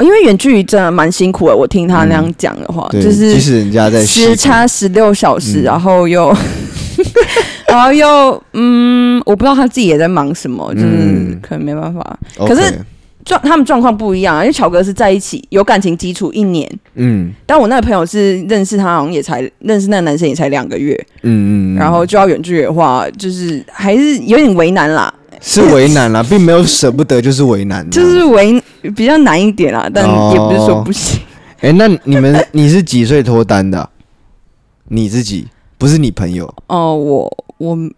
Speaker 2: 因为远距离真的蛮辛苦的。我听他那样讲的话，
Speaker 1: 嗯对，
Speaker 2: 就是
Speaker 1: 即使人家在西
Speaker 2: 时差十六小时，
Speaker 1: 嗯
Speaker 2: 然后又， <laughs> 然后又，嗯，我不知道他自己也在忙什么，就是
Speaker 1: 嗯
Speaker 2: 可能没办法。
Speaker 1: OK，
Speaker 2: 可是状他们状况不一样啊，因为乔哥是在一起有感情基础一年，
Speaker 1: 嗯
Speaker 2: 但我那个朋友是认识他好像也才认识那个男生也才两个月，
Speaker 1: 嗯嗯，
Speaker 2: 然后就要远距离的话，就是还是有点为难啦，
Speaker 1: 是为难啦，并没有舍不得，就是为难。
Speaker 2: 就是，为比较难一点啦，但
Speaker 1: 哦
Speaker 2: 也不是说不行。
Speaker 1: <laughs> 哎，那你们你是几岁脱单的啊？你自己不是你朋友，
Speaker 2: 哦，我我嗯，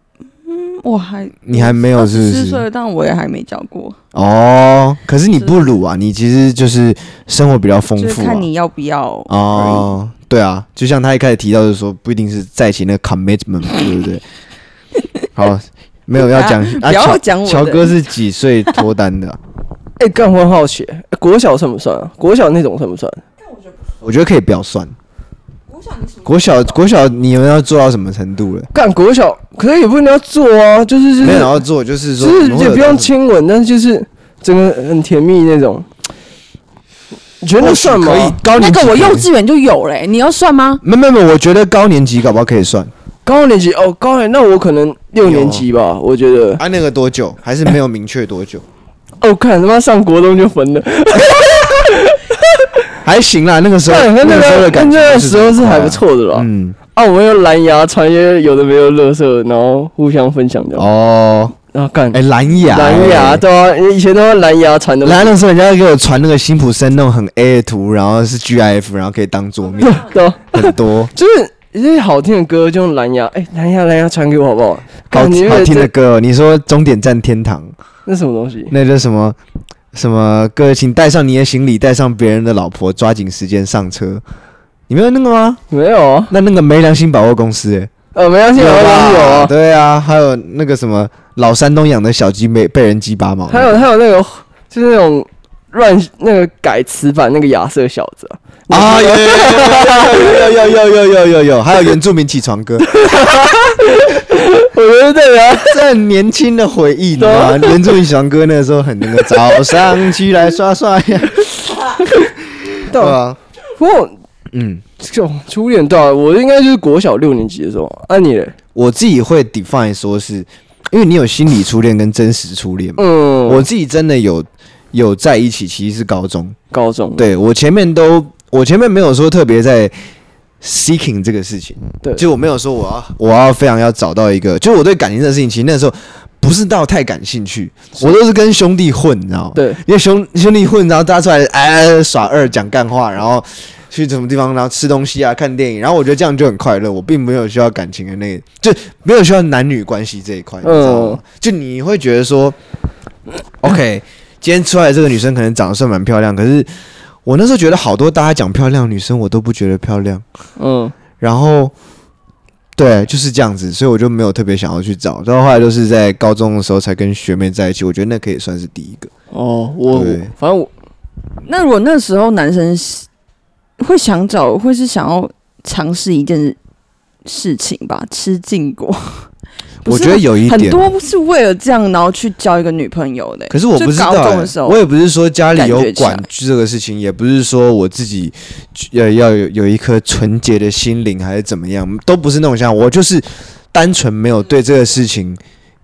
Speaker 2: 我还
Speaker 1: 你还没有是
Speaker 2: 十
Speaker 1: 不
Speaker 2: 四岁
Speaker 1: 是？
Speaker 2: 了，但我也还没交过。
Speaker 1: 哦，可是你不鲁啊，你其实就是生活比较丰
Speaker 2: 就是
Speaker 1: 富啊
Speaker 2: 看。你要不要而
Speaker 1: 哦，对啊，就像他一开始提到，就是说不一定是在一起那个
Speaker 2: <laughs>
Speaker 1: commitment，嘛对不对？好，没有要讲
Speaker 2: 不
Speaker 1: 啊，
Speaker 2: 要
Speaker 1: 乔
Speaker 2: 讲我的
Speaker 1: 乔哥是几岁脱单的啊？
Speaker 3: 哎、干我很好奇、欸国小算不算啊？国小那种算不算？
Speaker 1: 我觉得可以不要算。国小，国小，你们要做到什么程度了？
Speaker 3: 干国小，可是也不一定要做啊，就是就是
Speaker 1: 没有要做，就是说
Speaker 3: 就是
Speaker 1: 你们会
Speaker 3: 也
Speaker 1: 有
Speaker 3: 不用亲吻，但是就是整个很甜蜜那种。你觉得那算吗
Speaker 1: 可？以高
Speaker 2: 那
Speaker 1: 年级
Speaker 2: 个我
Speaker 1: 可以
Speaker 2: 幼稚园就有嘞、你要算吗？
Speaker 1: 没没没，我觉得高年级搞不好可以算。
Speaker 3: 高年级哦，高年那我可能六年级吧，我觉得。
Speaker 1: 啊，那个多久？还是没有明确多久？
Speaker 3: 哦，看他妈上国中就分了，
Speaker 1: <laughs> 还行啦，那个时候
Speaker 3: 对，那
Speaker 1: 个时候
Speaker 3: 个
Speaker 1: 的感觉
Speaker 3: 那个
Speaker 1: 就是
Speaker 3: 时候是还
Speaker 1: 啊
Speaker 3: 不错的啦。
Speaker 1: 嗯，
Speaker 3: 啊，我们用蓝牙传一些有的没有乐色，然后互相分享的。
Speaker 1: 哦，
Speaker 3: 然后干
Speaker 1: 哎，蓝牙，哎
Speaker 3: 蓝牙对啊，以前都用蓝牙传的嘛。
Speaker 1: 来那时候人家给我传那个辛普森那种很 A 的图，然后是 GIF，然后可以当桌
Speaker 3: <laughs>
Speaker 1: 面，
Speaker 3: 对啊，
Speaker 1: 很
Speaker 3: <laughs>
Speaker 1: 多
Speaker 3: 就是一些好听的歌就用蓝牙，哎、蓝牙蓝牙传给我好不好？
Speaker 1: 好
Speaker 3: 干你
Speaker 1: 好
Speaker 3: 那
Speaker 1: 听
Speaker 3: 个
Speaker 1: 的歌哦。你说终点站天堂，
Speaker 3: 那什么东西？
Speaker 1: 那叫什么什么？各位请带上你的行李，带上别人的老婆，抓紧时间上车。你没有那个吗？
Speaker 3: 没有啊，
Speaker 1: 那那个没良心百货公司、欸，
Speaker 3: 呃，没关系，没关系，有啊。
Speaker 1: 对啊，还有那个什么老山东养的小鸡没被人鸡拔毛，
Speaker 3: 还有还有那个就是那种乱那个改词版那个亚瑟小子啊 <laughs>
Speaker 1: 啊，有有有有有有有有有有，还有原住民起床歌。
Speaker 3: 我觉得这个啊
Speaker 1: 这很年轻的回忆，你知道吗？原住民小哥那个时候很那个，早上起来刷刷牙，对
Speaker 3: 对啊，
Speaker 1: 吧？
Speaker 3: 不过
Speaker 1: 嗯，
Speaker 3: 这种初恋对啊，我应该就是国小六年级的时候啊，啊你嘞，
Speaker 1: 我自己会 define 说是因为你有心理初恋跟真实初恋嘛。
Speaker 3: 嗯，
Speaker 1: 我自己真的有有在一起，其实是高中。
Speaker 3: 高中
Speaker 1: 对我前面都，我前面没有说特别在 seeking 这个事情，
Speaker 3: 对
Speaker 1: 就我没有说我要我要非常要找到一个，就我对感情这个事情，其实那时候不是到太感兴趣，我都是跟兄弟混，你知道吗？
Speaker 3: 对
Speaker 1: 因为兄兄弟混，然后大家出来哎哎哎耍二讲干话，然后去什么地方，然后吃东西啊、看电影，然后我觉得这样就很快乐。我并没有需要感情的那，就没有需要男女关系这一块，你知道吗
Speaker 3: 嗯？
Speaker 1: 就你会觉得说，OK，今天出来的这个女生可能长得算蛮漂亮，可是我那时候觉得好多大家讲漂亮的女生，我都不觉得漂亮。
Speaker 3: 嗯
Speaker 1: 然后对，就是这样子，所以我就没有特别想要去找。到后来都是在高中的时候才跟学妹在一起，我觉得那可以算是第一个。
Speaker 3: 哦，我
Speaker 1: 对
Speaker 3: 反正我
Speaker 2: 那如果那时候男生会想找，会是想要尝试一件事情吧，吃禁果。不
Speaker 1: 我
Speaker 2: 是
Speaker 1: 觉得有一
Speaker 2: 很
Speaker 1: 点，啊
Speaker 2: 多是为了这样，然后去交一个女朋友的、
Speaker 1: 可是我
Speaker 2: 就
Speaker 1: 不知道、
Speaker 2: 高中
Speaker 1: 欸
Speaker 2: 的时候
Speaker 1: 我也不是说家里有
Speaker 2: 感觉起来
Speaker 1: 管这个事情，也不是说我自己要要有有一颗纯洁的心灵还是怎么样，都不是那种像我就是单纯没有对这个事情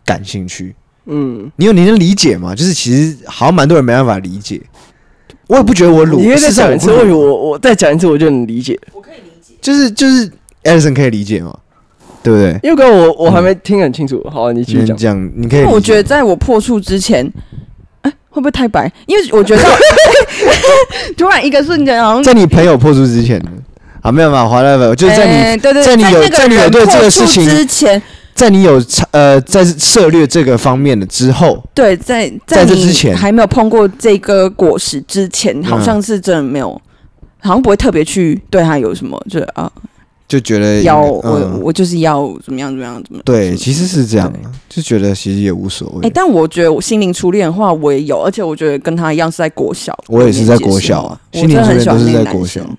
Speaker 1: 感兴趣。
Speaker 3: 嗯，
Speaker 1: 你有你能理解吗？就是其实好像蛮多人没办法理解。我也不觉得我鲁，
Speaker 3: 你可以
Speaker 1: 事
Speaker 3: 再
Speaker 1: 实上
Speaker 3: 讲一
Speaker 1: 啊我
Speaker 3: 次，
Speaker 1: 不
Speaker 3: 我
Speaker 1: 鲁
Speaker 3: 以为我我再讲一次，我就能理解。
Speaker 1: 就是就是 Edison 可以理解吗？对不对？
Speaker 3: 因为刚刚我我还没听很清
Speaker 1: 嗯
Speaker 3: 楚，好，你继续
Speaker 1: 你
Speaker 3: 讲。
Speaker 1: 讲，你可以理
Speaker 2: 那
Speaker 1: 解。
Speaker 2: 我觉得在我破处之前，哎、会不会太白？因为我觉得
Speaker 1: <laughs>
Speaker 2: 突然一个瞬间，好像
Speaker 1: 在你朋友破处之前呢，啊，没有嘛，华莱我就是在你、
Speaker 2: 哎对对，
Speaker 1: 在你有
Speaker 2: 那个
Speaker 1: 在你有
Speaker 2: 人
Speaker 1: 对这个
Speaker 2: 破
Speaker 1: 事
Speaker 2: 处
Speaker 1: 情
Speaker 2: 之前，
Speaker 1: 在你有查呃在涉略这个方面的之后，
Speaker 2: 对，在
Speaker 1: 在这
Speaker 2: 你
Speaker 1: 之前嗯
Speaker 2: 还没有碰过这个果实之前，好像是真的没有，好像不会特别去对他有什么，就是啊，
Speaker 1: 就觉得
Speaker 2: 要
Speaker 1: 应该
Speaker 2: 我
Speaker 1: 嗯
Speaker 2: 我就是要怎么样怎么样怎么样。
Speaker 1: 对，其实是这样啊，就觉得其实也无所
Speaker 2: 哎、
Speaker 1: 谓。
Speaker 2: 但我觉得我心灵初恋的话，我也有，而且我觉得跟他一样是在国小，
Speaker 1: 我也是在国小啊
Speaker 2: 我
Speaker 1: 心
Speaker 2: 真
Speaker 1: 灵
Speaker 2: 的
Speaker 1: 初
Speaker 2: 很
Speaker 1: 恋
Speaker 2: 喜
Speaker 1: 都
Speaker 2: 欢
Speaker 1: 是
Speaker 2: 那个
Speaker 1: 在国
Speaker 2: 男生
Speaker 1: 小。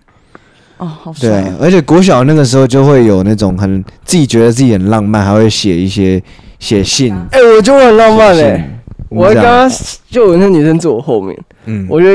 Speaker 2: 哦，好帅
Speaker 1: 对
Speaker 2: 啊、
Speaker 1: 啊，而且国小那个时候就会有那种很自己觉得自己很浪漫，还会写一些写信。
Speaker 3: 哎、我就很浪漫
Speaker 2: 啊
Speaker 1: 写
Speaker 3: 哎、
Speaker 1: 信
Speaker 3: 我
Speaker 1: 这
Speaker 3: 刚
Speaker 1: 样
Speaker 3: 刚就有那女生坐我后面，
Speaker 1: 嗯，
Speaker 3: 我就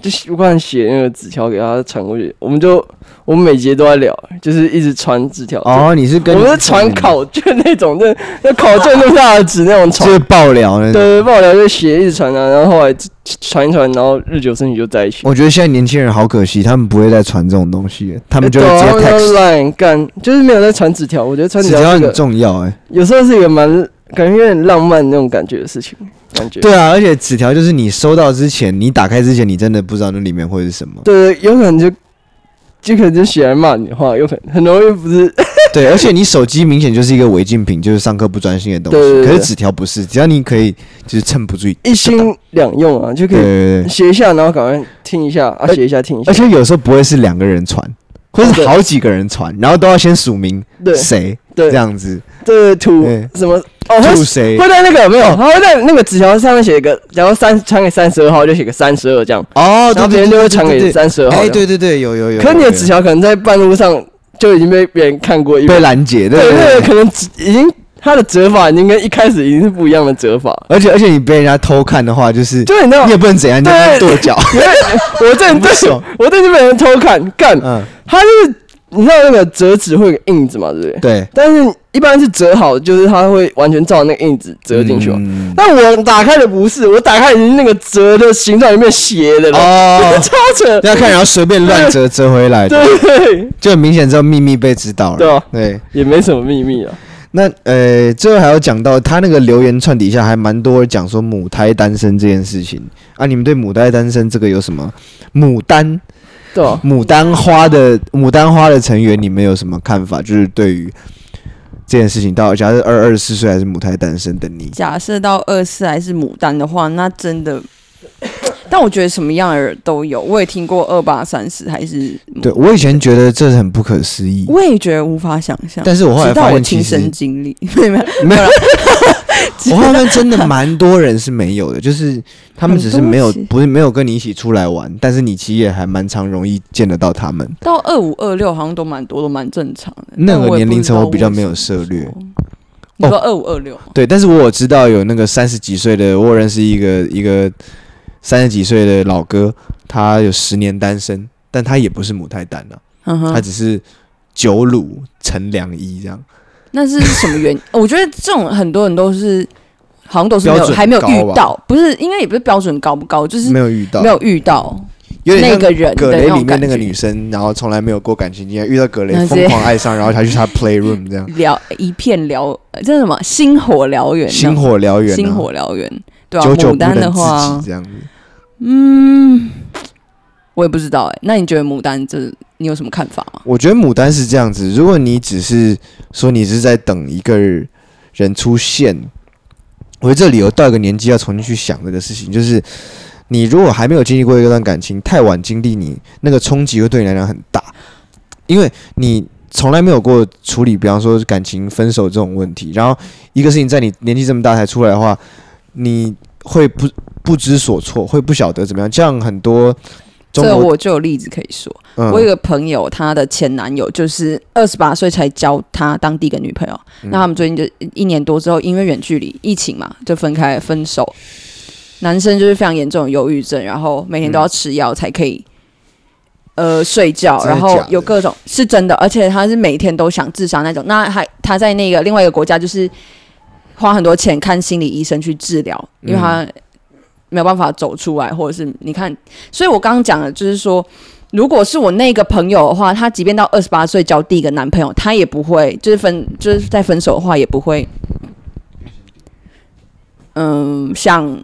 Speaker 3: 就是我刚写那个纸条给她传过去，我们就我们每节都在聊，就是一直传纸条。
Speaker 1: 哦，你是
Speaker 3: 就，
Speaker 1: 跟
Speaker 3: 我们是
Speaker 1: 是
Speaker 3: 传，考卷那种，那那考卷那么大的纸那
Speaker 1: <laughs>
Speaker 3: 种
Speaker 1: 就
Speaker 3: 传。
Speaker 1: 是爆聊那
Speaker 3: 对
Speaker 1: 种。
Speaker 3: 对，不好聊就写一直传啊，然后后来传一传，然后日久生情就在一起。
Speaker 1: 我觉得现在年轻人好可惜，他们不会再传这种东西了，他
Speaker 3: 啊他
Speaker 1: 们就会直接 text，
Speaker 3: 乱干，就是没有在传纸条。我觉得传
Speaker 1: 纸
Speaker 3: 纸条
Speaker 1: 条
Speaker 3: 是
Speaker 1: 很
Speaker 3: 个
Speaker 1: 重要哎、
Speaker 3: 有时候是一个蛮感觉有点浪漫那种感觉的事情，感觉。
Speaker 1: 对啊，而且纸条就是你收到之前，你打开之前，你真的不知道那里面会是
Speaker 3: <laughs>
Speaker 1: 什么。
Speaker 3: 对，有可能就就可能就写来骂你的话，有可能很容易不是。
Speaker 1: 对，而且你手机明显就是一个违禁品，就是上课不专心的东西。
Speaker 3: 对对对
Speaker 1: 可是纸条不是，只要你可以就是撑不住，
Speaker 3: 一心两用啊，就可
Speaker 1: 对
Speaker 3: 以
Speaker 1: 对对，
Speaker 3: 写一下，然后赶快听一下啊，
Speaker 1: 而
Speaker 3: 写一下听一下
Speaker 1: 而。且有时候不会是两个人传，或
Speaker 3: 哦
Speaker 1: 是
Speaker 3: 对
Speaker 1: 好几个人传，然后都要先署名
Speaker 3: 对
Speaker 1: 谁这
Speaker 3: 对
Speaker 1: 样子，
Speaker 3: 对，图
Speaker 1: 对
Speaker 3: 什么哦，
Speaker 1: 祝
Speaker 3: 会
Speaker 1: 谁哦
Speaker 3: 会在那个没有，他会在那个纸条上面写一个，然后三传给三十二号就写个三十二这样，
Speaker 1: 哦，
Speaker 3: 然
Speaker 1: 对
Speaker 3: 后别
Speaker 1: 对
Speaker 3: 人就
Speaker 1: 对
Speaker 3: 会
Speaker 1: 对
Speaker 3: 传给
Speaker 1: 对对，
Speaker 3: 三十二号。
Speaker 1: 哎，，对对对，有有有。
Speaker 3: 可你的
Speaker 1: 有
Speaker 3: 纸条可能在半路上就已经被别人看过一遍
Speaker 1: 被。拦截，对
Speaker 3: 对，
Speaker 1: 对
Speaker 3: 那个
Speaker 1: 对。
Speaker 3: 可能只已经他的折法已经跟一开始已经是不一样的折法。
Speaker 1: 而且而且你被人家偷看的话，就是
Speaker 3: 就你知道
Speaker 1: 你，也不能怎样，你就
Speaker 3: 啊对
Speaker 1: 是跺
Speaker 3: <laughs>
Speaker 1: 脚。
Speaker 3: 因为我正对
Speaker 1: 爽
Speaker 3: 我正就被人偷看，干，
Speaker 1: 嗯，
Speaker 3: 他就是你知道那个折纸会有个印子嘛，对不对？
Speaker 1: 对，
Speaker 3: 但是一般是折好，就是它会完全照那个印子折进去哦嘛。
Speaker 1: 嗯
Speaker 3: 但我打开的不是，我打开已经那个折的形状里面斜的 <laughs> 了，，
Speaker 1: 哦
Speaker 3: 超扯。
Speaker 1: 要看，然后随便乱折折回来，
Speaker 3: 对，
Speaker 1: 就很明显这秘密被知道了。
Speaker 3: 对啊
Speaker 1: 对，
Speaker 3: 也没什么秘密啊。
Speaker 1: 那呃，最后还有讲到他那个留言串底下还蛮多人讲说母胎单身这件事情啊，你们对母胎单身这个有什么牡丹
Speaker 3: 对啊，
Speaker 1: 牡丹花的牡丹花的成员，你们有什么看法？就是对于这件事情，到底假设二二十四岁还是母胎单身的你，
Speaker 2: 假设到二四还是牡丹的话，那真的，但我觉得什么样的人都有。我也听过二八三十还是牡
Speaker 1: 对我以前觉得这是很不可思议，
Speaker 2: 我也觉得无法想象。
Speaker 1: 但是我后来
Speaker 2: 直到
Speaker 1: 发
Speaker 2: 我
Speaker 1: 现其
Speaker 2: 亲
Speaker 1: 实
Speaker 2: 身经历， <laughs> 没有没有
Speaker 1: 没有，我后面真的蛮多人是没有的，就是他们只是没有
Speaker 2: 很多，其
Speaker 1: 不是没有跟你一起出来玩，但是你其实也还蛮常容易见得到他们。
Speaker 2: 到二五二六好像都蛮多，都蛮正常的。
Speaker 1: 那个
Speaker 2: 但我也
Speaker 1: 年龄
Speaker 2: 不知
Speaker 1: 层
Speaker 2: 道
Speaker 1: 我比较没有
Speaker 2: 为什么
Speaker 1: 涉略。哦
Speaker 2: 你说二五二六，
Speaker 1: 对，但是我有知道有那个三十几岁的，我有认识一个一个三十几岁的老哥，他有十年单身，但他也不是母胎单啊，
Speaker 2: 嗯
Speaker 1: 他
Speaker 2: 哼，
Speaker 1: 只是九乳陈良一这样。
Speaker 2: 那是什么原因？ <laughs> 我觉得这种很多人都是好像都是没
Speaker 1: 标
Speaker 2: 有
Speaker 1: 准
Speaker 2: 还没有
Speaker 1: 高吧
Speaker 2: 遇到，不是应该也不是标准高不高，就是
Speaker 1: 没有遇到，
Speaker 2: 没有遇到
Speaker 1: 有点
Speaker 2: 那
Speaker 1: 像
Speaker 2: 个人
Speaker 1: 葛
Speaker 2: 的
Speaker 1: 雷
Speaker 2: 那
Speaker 1: 里
Speaker 2: 种
Speaker 1: 面
Speaker 2: 感
Speaker 1: 那个
Speaker 2: 觉。
Speaker 1: 女生，然后从来没有过感情经验，遇到葛雷
Speaker 2: 那直接
Speaker 1: 疯狂爱上，然后他去
Speaker 2: <laughs>
Speaker 1: 他 playroom 这样，
Speaker 2: 聊一片聊，呃这是什么星火燎原？
Speaker 1: 星火燎原、啊，
Speaker 2: 星火燎原，对啊，
Speaker 1: 久久
Speaker 2: 牡
Speaker 1: 不
Speaker 2: 丹
Speaker 1: 能
Speaker 2: 的
Speaker 1: 自
Speaker 2: 话
Speaker 1: 己，这样子。
Speaker 2: 嗯，我也不知道哎、那你觉得牡丹这你有什么看法吗？
Speaker 1: 我觉得牡丹是这样子，如果你只是说你是在等一个人出现，我觉得这理由到一个年纪要重新去想这个事情，就是你如果还没有经历过一段感情，太晚经历你那个冲击会对你来讲很大，因为你从来没有过处理，比方说感情分手这种问题，然后一个事情在你年纪这么大才出来的话，你会不不知所措，会不晓得怎么样。像很多中
Speaker 2: 这
Speaker 1: 国，
Speaker 2: 我就有例子可以说。
Speaker 1: 嗯
Speaker 2: 我有个朋友，她的前男友就是二十八岁才交她当第一个女朋友，
Speaker 1: 嗯
Speaker 2: 那他们最近就一年多之后，因为远距离疫情嘛，就分开分手。男生就是非常严重的忧郁症，然后每天都要吃药才可以，呃，睡觉，
Speaker 1: 真的
Speaker 2: 然后
Speaker 1: 假的
Speaker 2: 有各种是真的，而且他是每天都想自杀那种。那还他在那个另外一个国家就是花很多钱看心理医生去治疗，
Speaker 1: 嗯
Speaker 2: 因为他没有办法走出来，或者是你看，所以我刚刚讲的就是说，如果是我那个朋友的话，她即便到二十八岁交第一个男朋友，她也不会就是分就是在分手的话也不会，嗯，像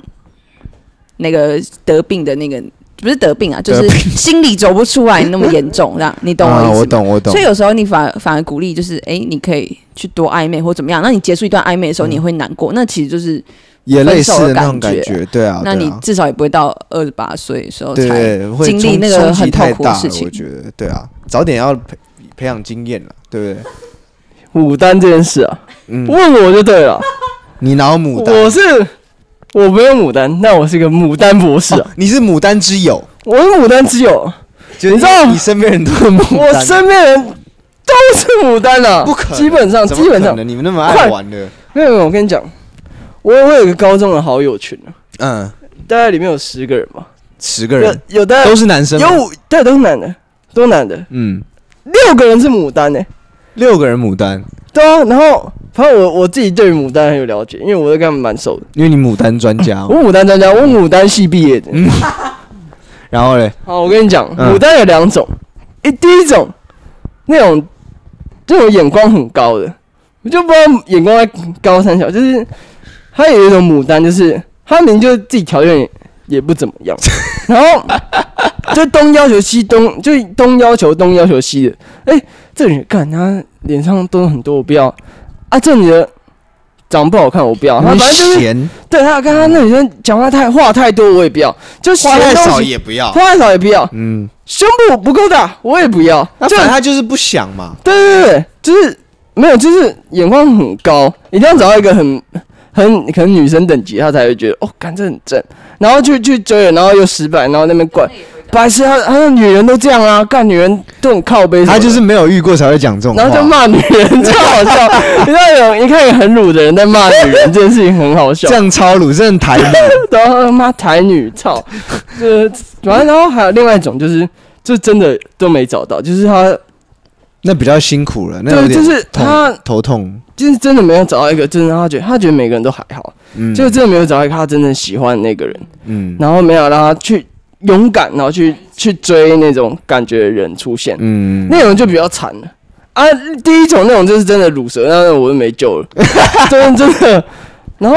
Speaker 2: 那个得病的那个不是得病啊，就
Speaker 1: 得
Speaker 2: 是心里走不出来那么严重，这样你懂我意思
Speaker 1: 啊，
Speaker 2: 吗？
Speaker 1: 我懂，我懂
Speaker 2: 所以。有时候你反反而鼓励，就是哎、诶你可以去多暧昧或怎么样。那你结束一段暧
Speaker 1: 嗯
Speaker 2: 昧的时候，你也会难过，那其实就是，
Speaker 1: 也类似的那种
Speaker 2: 分手的感
Speaker 1: 感觉，对啊，
Speaker 2: 那
Speaker 1: 对
Speaker 2: 你
Speaker 1: 啊
Speaker 2: 至少也不会到二十八岁的时候
Speaker 1: 对
Speaker 2: 才。
Speaker 1: 对会
Speaker 2: 经历
Speaker 1: 冲
Speaker 2: 那个
Speaker 1: 冲击
Speaker 2: 很痛
Speaker 1: 太
Speaker 2: 苦
Speaker 1: 大
Speaker 2: 的事
Speaker 1: 了
Speaker 2: 情
Speaker 1: 我觉得对啊，早点要培培养经验了，对不对？
Speaker 3: 牡丹这件事啊，
Speaker 1: 嗯，
Speaker 3: 问我就对了。
Speaker 1: 你拿牡丹，
Speaker 3: 我是我没有牡丹，但我是个牡丹博士啊，
Speaker 1: 哦你是牡丹之友，
Speaker 3: 我是牡丹之友，
Speaker 1: 就是
Speaker 3: 你知道
Speaker 1: 你身边人都很牡
Speaker 3: 我
Speaker 1: 丹，
Speaker 3: 身边人都是牡丹啊，
Speaker 1: 不可能，
Speaker 3: 基本上
Speaker 1: 怎么
Speaker 3: 基本
Speaker 1: 可
Speaker 3: 上
Speaker 1: 能你们那么爱
Speaker 3: 快
Speaker 1: 玩的，
Speaker 3: 没有没有，我跟你讲，我我有一个高中的好友群啊，
Speaker 1: 嗯，
Speaker 3: 大概里面有十个人吧，
Speaker 1: 十个人
Speaker 3: 有有大概
Speaker 1: 都是男生吗，啊
Speaker 3: 有五，对，都是男的，都是男的，
Speaker 1: 嗯，
Speaker 3: 六个人是牡丹呢、欸
Speaker 1: 六个人牡丹，
Speaker 3: 对啊，然后反正我我自己对牡丹很有了解，因为我都跟他们蛮熟的。
Speaker 1: 因为你牡丹专家
Speaker 3: 我
Speaker 1: 哦，
Speaker 3: 牡丹专家，我牡丹系毕业的。
Speaker 1: 然后嘞，
Speaker 3: 好，我跟你讲，
Speaker 1: 嗯
Speaker 3: 牡丹有两种，一第一种那种这种眼光很高的，我就不知道眼光在高三小，就是他有一种牡丹，就是他明明就是自己条件也也不怎么
Speaker 1: <laughs>
Speaker 3: 样，然后就东要求西东，就东要求东要求西的，哎、这女的干他脸上都很多，我不要啊，这女的长得不好看，我不要，他
Speaker 1: 你
Speaker 3: 啊反正就是
Speaker 1: 闲
Speaker 3: 对他刚刚那女生讲话太话太多，我也不要，就
Speaker 1: 话太
Speaker 3: 嫌东
Speaker 1: 少
Speaker 3: 西
Speaker 1: 也不要，
Speaker 3: 话太少也不要。
Speaker 1: 嗯，
Speaker 3: 胸部不够大，我也不要。
Speaker 1: 那
Speaker 3: 就
Speaker 1: 反正他就是不想嘛，
Speaker 3: 对对对，就是没有，就是眼光很高，一定要找到一个很很可能女生等级，她才会觉得哦，感这很正。然后去去追了，然后又失败，然后那边怪白痴，她她说女人都这样啊，干女人都很靠背什么
Speaker 1: 他
Speaker 3: 的，
Speaker 1: 就是没有遇过才会讲这种话，
Speaker 3: 然后就骂女人，超好笑。你知道有一看一个很鲁的人在骂女人，这件事情很好笑
Speaker 1: 这。样超鲁，这样台 <laughs> 语，
Speaker 3: 然后他妈台女， <laughs> 操！这完了，然后还有另外一种就是，就真的都没找到，就是他
Speaker 1: 那比较辛苦了，那有
Speaker 3: 对，
Speaker 1: 点
Speaker 3: 就是
Speaker 1: 痛
Speaker 3: 他
Speaker 1: 头痛，
Speaker 3: 就是真的没有找到一个，真的他觉得他觉得每个人都还好，
Speaker 1: 嗯，
Speaker 3: 就真的没有找到一个他真正喜欢的那个人，
Speaker 1: 嗯
Speaker 3: 然后没有让他去勇敢，然后去去追那种感觉的人出现，
Speaker 1: 嗯，
Speaker 3: 那种就比较惨了啊。第一种那种就是真的乳蛇，那我就没救了，真的真的。然后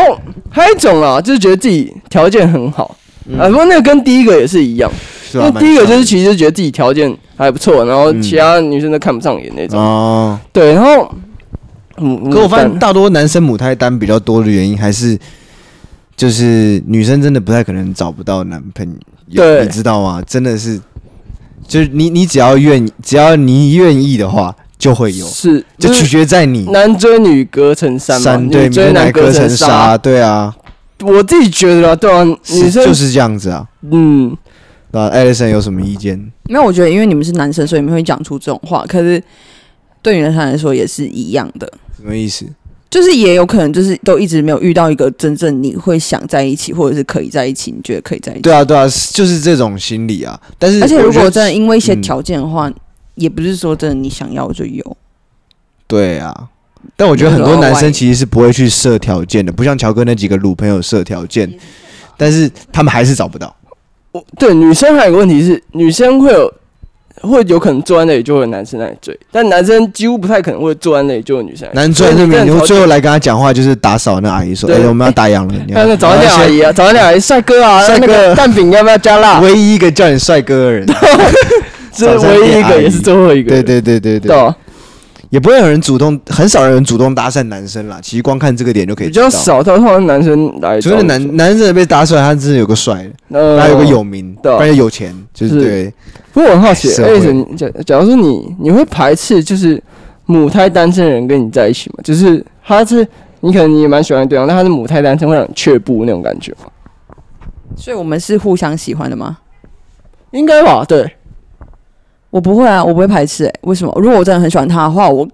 Speaker 3: 还有一种啊，就是觉得自己条件很好。啊，不过那个跟第一个也是一样，
Speaker 1: 是
Speaker 3: 因
Speaker 1: 吧嗯
Speaker 3: 为
Speaker 1: 啊蛮
Speaker 3: 第一个
Speaker 1: 爽
Speaker 3: 就是
Speaker 1: 的
Speaker 3: 其实就觉得自己条件还不错，然后
Speaker 1: 嗯
Speaker 3: 其他女生都看不上眼那种。
Speaker 1: 哦，
Speaker 3: 对，然后，嗯
Speaker 1: 可我发现大多男生母胎单比较多的原因还是。就是女生真的不太可能找不到男朋友，
Speaker 3: 对
Speaker 1: 你知道吗？真的是，就是你你只要愿意，只要你愿意的话，就会有，
Speaker 3: 是
Speaker 1: 就取
Speaker 3: 是
Speaker 1: 决在你。
Speaker 3: 男追女隔层山嘛，
Speaker 1: 山对
Speaker 3: 女追
Speaker 1: 面来
Speaker 3: 男
Speaker 1: 隔层
Speaker 3: 层
Speaker 1: 纱，。对啊，
Speaker 3: 我自己觉得啊，对啊，女
Speaker 1: 是
Speaker 3: 生
Speaker 1: 就是这样子啊。
Speaker 3: 嗯，
Speaker 1: 那艾 l 森有什么意见？
Speaker 2: 没有，我觉得因为你们是男生，所以你们会讲出这种话，可是对女生来说也是一样的。
Speaker 1: 什么意思？
Speaker 2: 就是也有可能，就是都一直没有遇到一个真正你会想在一起，或者是可以在一起，你觉得可以在一起。
Speaker 1: 对啊，对啊，是就是这种心理啊。但是
Speaker 2: 而且
Speaker 1: 我
Speaker 2: 如
Speaker 1: 觉
Speaker 2: 果
Speaker 1: 得
Speaker 2: 真的因为一些
Speaker 1: 嗯
Speaker 2: 条件的话，也不是说真的你想要就有。
Speaker 1: 对啊，但我觉得很多
Speaker 2: 那个
Speaker 1: 男生
Speaker 2: Y
Speaker 1: 其实是不会去设条件的，不像乔哥那几个鲁朋友设条件，但是他们还是找不到。
Speaker 3: 我对女生还有个问题是，女生会有会有可能坐在那里就会有男生在那里追，但男生几乎不太可能会坐在那里就有女生来追。
Speaker 1: 男追那
Speaker 3: 哎所以
Speaker 1: 名，
Speaker 3: 你
Speaker 1: 你
Speaker 3: 真的
Speaker 1: 最后来跟他讲话就是打扫那阿姨说：“哎
Speaker 3: 对，
Speaker 1: 我们要打
Speaker 3: <laughs>
Speaker 1: 烊了。”你要
Speaker 3: 那找那阿姨啊，找那阿姨，帅哥啊，
Speaker 1: 帅哥
Speaker 3: 那个蛋饼要不要加辣？
Speaker 1: 唯一一个叫你帅哥的人，
Speaker 3: 这
Speaker 1: 早餐店
Speaker 3: 唯一一
Speaker 1: 阿
Speaker 3: 个
Speaker 1: 姨
Speaker 3: 也是最后一个。
Speaker 1: 对对对对
Speaker 3: 对
Speaker 1: 对，
Speaker 3: 啊，
Speaker 1: 也不会有人主动，很少有人主动搭讪男生啦。其实光看这个点就可以
Speaker 3: 比
Speaker 1: 知道
Speaker 3: 较，少，通常男生来
Speaker 1: 除
Speaker 3: 找
Speaker 1: 了
Speaker 3: 女生。
Speaker 1: 男男生被搭讪，他真的有个帅的，
Speaker 3: 呃，
Speaker 1: 他有个有名，
Speaker 3: 对啊
Speaker 1: 而且有钱，就是
Speaker 3: 是
Speaker 1: 对。
Speaker 3: 不过我很好奇，
Speaker 1: 社会
Speaker 3: 哎，你假假如说你你会排斥就是母胎单身的人跟你在一起吗？就是他是你可能你也蛮喜欢对方，但他是母胎单身会让你却步那种感觉吗？
Speaker 2: 所以我们是互相喜欢的吗？
Speaker 3: 应该吧？对，
Speaker 2: 我不会啊，我不会排斥、欸。为什么？如果我真的很喜欢他的话，我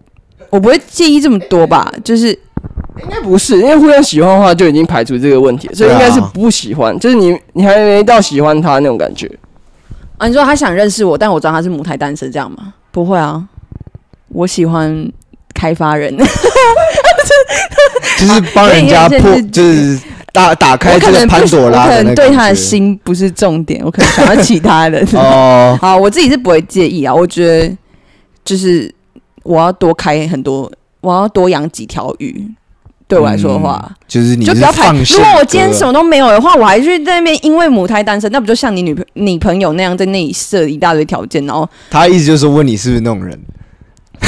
Speaker 2: 我不会介意这么多吧？就是
Speaker 3: 应该不是，因为互相喜欢的话就已经排除这个问题了，所
Speaker 1: 啊
Speaker 3: 以应该是不喜欢，就是你你还没到喜欢他那种感觉。
Speaker 2: 啊，你说他想认识我，但我知道他是母胎单身，这样吗？不会啊，我喜欢开发人，
Speaker 1: 就是帮人家
Speaker 2: 对因为
Speaker 1: 破
Speaker 2: 这是，
Speaker 1: 就是打打开
Speaker 2: <laughs> 我
Speaker 1: 这
Speaker 2: 可
Speaker 1: 个
Speaker 2: 能
Speaker 1: 潘
Speaker 2: 不是
Speaker 1: 朵拉
Speaker 2: 我可
Speaker 1: 那
Speaker 2: 能
Speaker 1: 个
Speaker 2: 对
Speaker 1: 感
Speaker 2: 他的
Speaker 1: 觉
Speaker 2: 心不是重点，我可能想要其他人。
Speaker 1: 哦，
Speaker 2: 好，我自己是不会介意啊。我觉得就是我要多开很多，我要多养几条鱼。对我来说的话，
Speaker 1: 嗯就是你
Speaker 2: 就是不要排。
Speaker 1: 放
Speaker 2: 如
Speaker 1: 生
Speaker 2: 果我今天
Speaker 1: 鸽
Speaker 2: 什么都没有的话，我还去在那边因为母胎单身，那不就像你女朋你朋友那样在那里设一大堆条件，然后
Speaker 1: 他意思就是问你是不是那种人，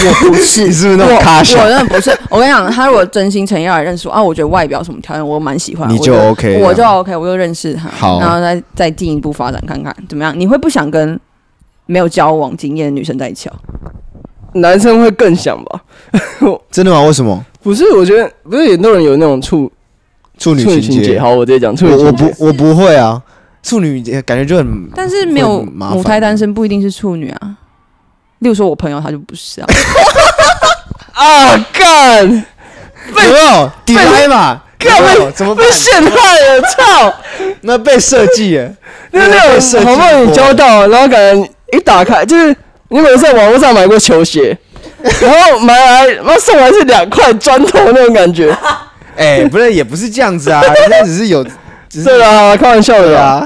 Speaker 2: 我不
Speaker 1: <laughs>
Speaker 2: 是
Speaker 1: 你是不是那
Speaker 2: 我
Speaker 1: 种咖
Speaker 2: 我
Speaker 1: 小
Speaker 2: 真的不是，我跟你讲，他如果真心诚意要来认识我啊，我觉得外表什么条件我蛮喜欢，
Speaker 1: 你
Speaker 2: 我
Speaker 1: 就 OK
Speaker 2: 我就
Speaker 1: 这样
Speaker 2: OK，我就认识他，
Speaker 1: 好
Speaker 2: 然后再再进一步发展看看怎么样。你会不想跟没有交往经验的女生在一起哦？
Speaker 3: 男生会更想吧？
Speaker 1: 真的吗？为什么
Speaker 3: 不是，我觉得不是很多人有那种处
Speaker 1: 处女
Speaker 3: 处女
Speaker 1: 情
Speaker 3: 情节。好，我直接讲处女
Speaker 1: 我我
Speaker 3: 情节。
Speaker 1: 不我不会啊，处女节感觉就很
Speaker 2: 但是没有
Speaker 1: 会麻烦
Speaker 2: 母胎单身不一定是处女啊。例如说，我朋友他就不是啊，
Speaker 3: 啊干
Speaker 1: 有没有底拍嘛？
Speaker 3: 干
Speaker 1: 有没有
Speaker 3: 被
Speaker 1: 怎么办
Speaker 3: 被？陷害了，操！
Speaker 1: 那被设计 <laughs> 了，
Speaker 3: 那那种好不容易交到，然后感觉一打开就是你有没有在网络上买过
Speaker 1: <laughs>
Speaker 3: 球鞋？然后买来，妈送来是两块砖头那种
Speaker 1: <laughs>
Speaker 3: 感觉。
Speaker 1: 哎，不是也不是这样子啊，人家只是有，只是
Speaker 3: 对啦，开玩笑的
Speaker 1: 对
Speaker 3: 啦。
Speaker 1: 啊，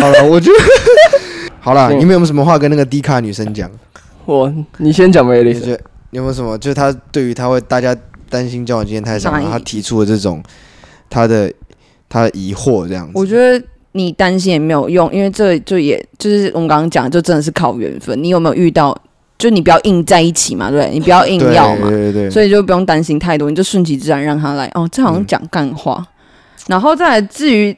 Speaker 1: 好了，我觉得好了，
Speaker 3: 嗯
Speaker 1: 你们有没有什么话跟那个低卡女生讲？
Speaker 3: 我，你先讲梅
Speaker 1: 你
Speaker 3: 丽
Speaker 1: 觉得有没有什么？就是她对于她会大家担心交往经验太少，
Speaker 2: 哪
Speaker 1: 然
Speaker 2: 一
Speaker 1: 后她提出了这种她的她的疑惑这样子。
Speaker 2: 我觉得你担心也没有用，因为这就也就是我们刚刚讲，就真的是靠缘分。你有没有遇到？就你不要硬在一起嘛，对不对，你不要硬
Speaker 1: 对
Speaker 2: 要嘛，
Speaker 1: 对对对，
Speaker 2: 所以就不用担心太多，你就顺其自然让他来。哦，这好像讲干话。然后再来，至于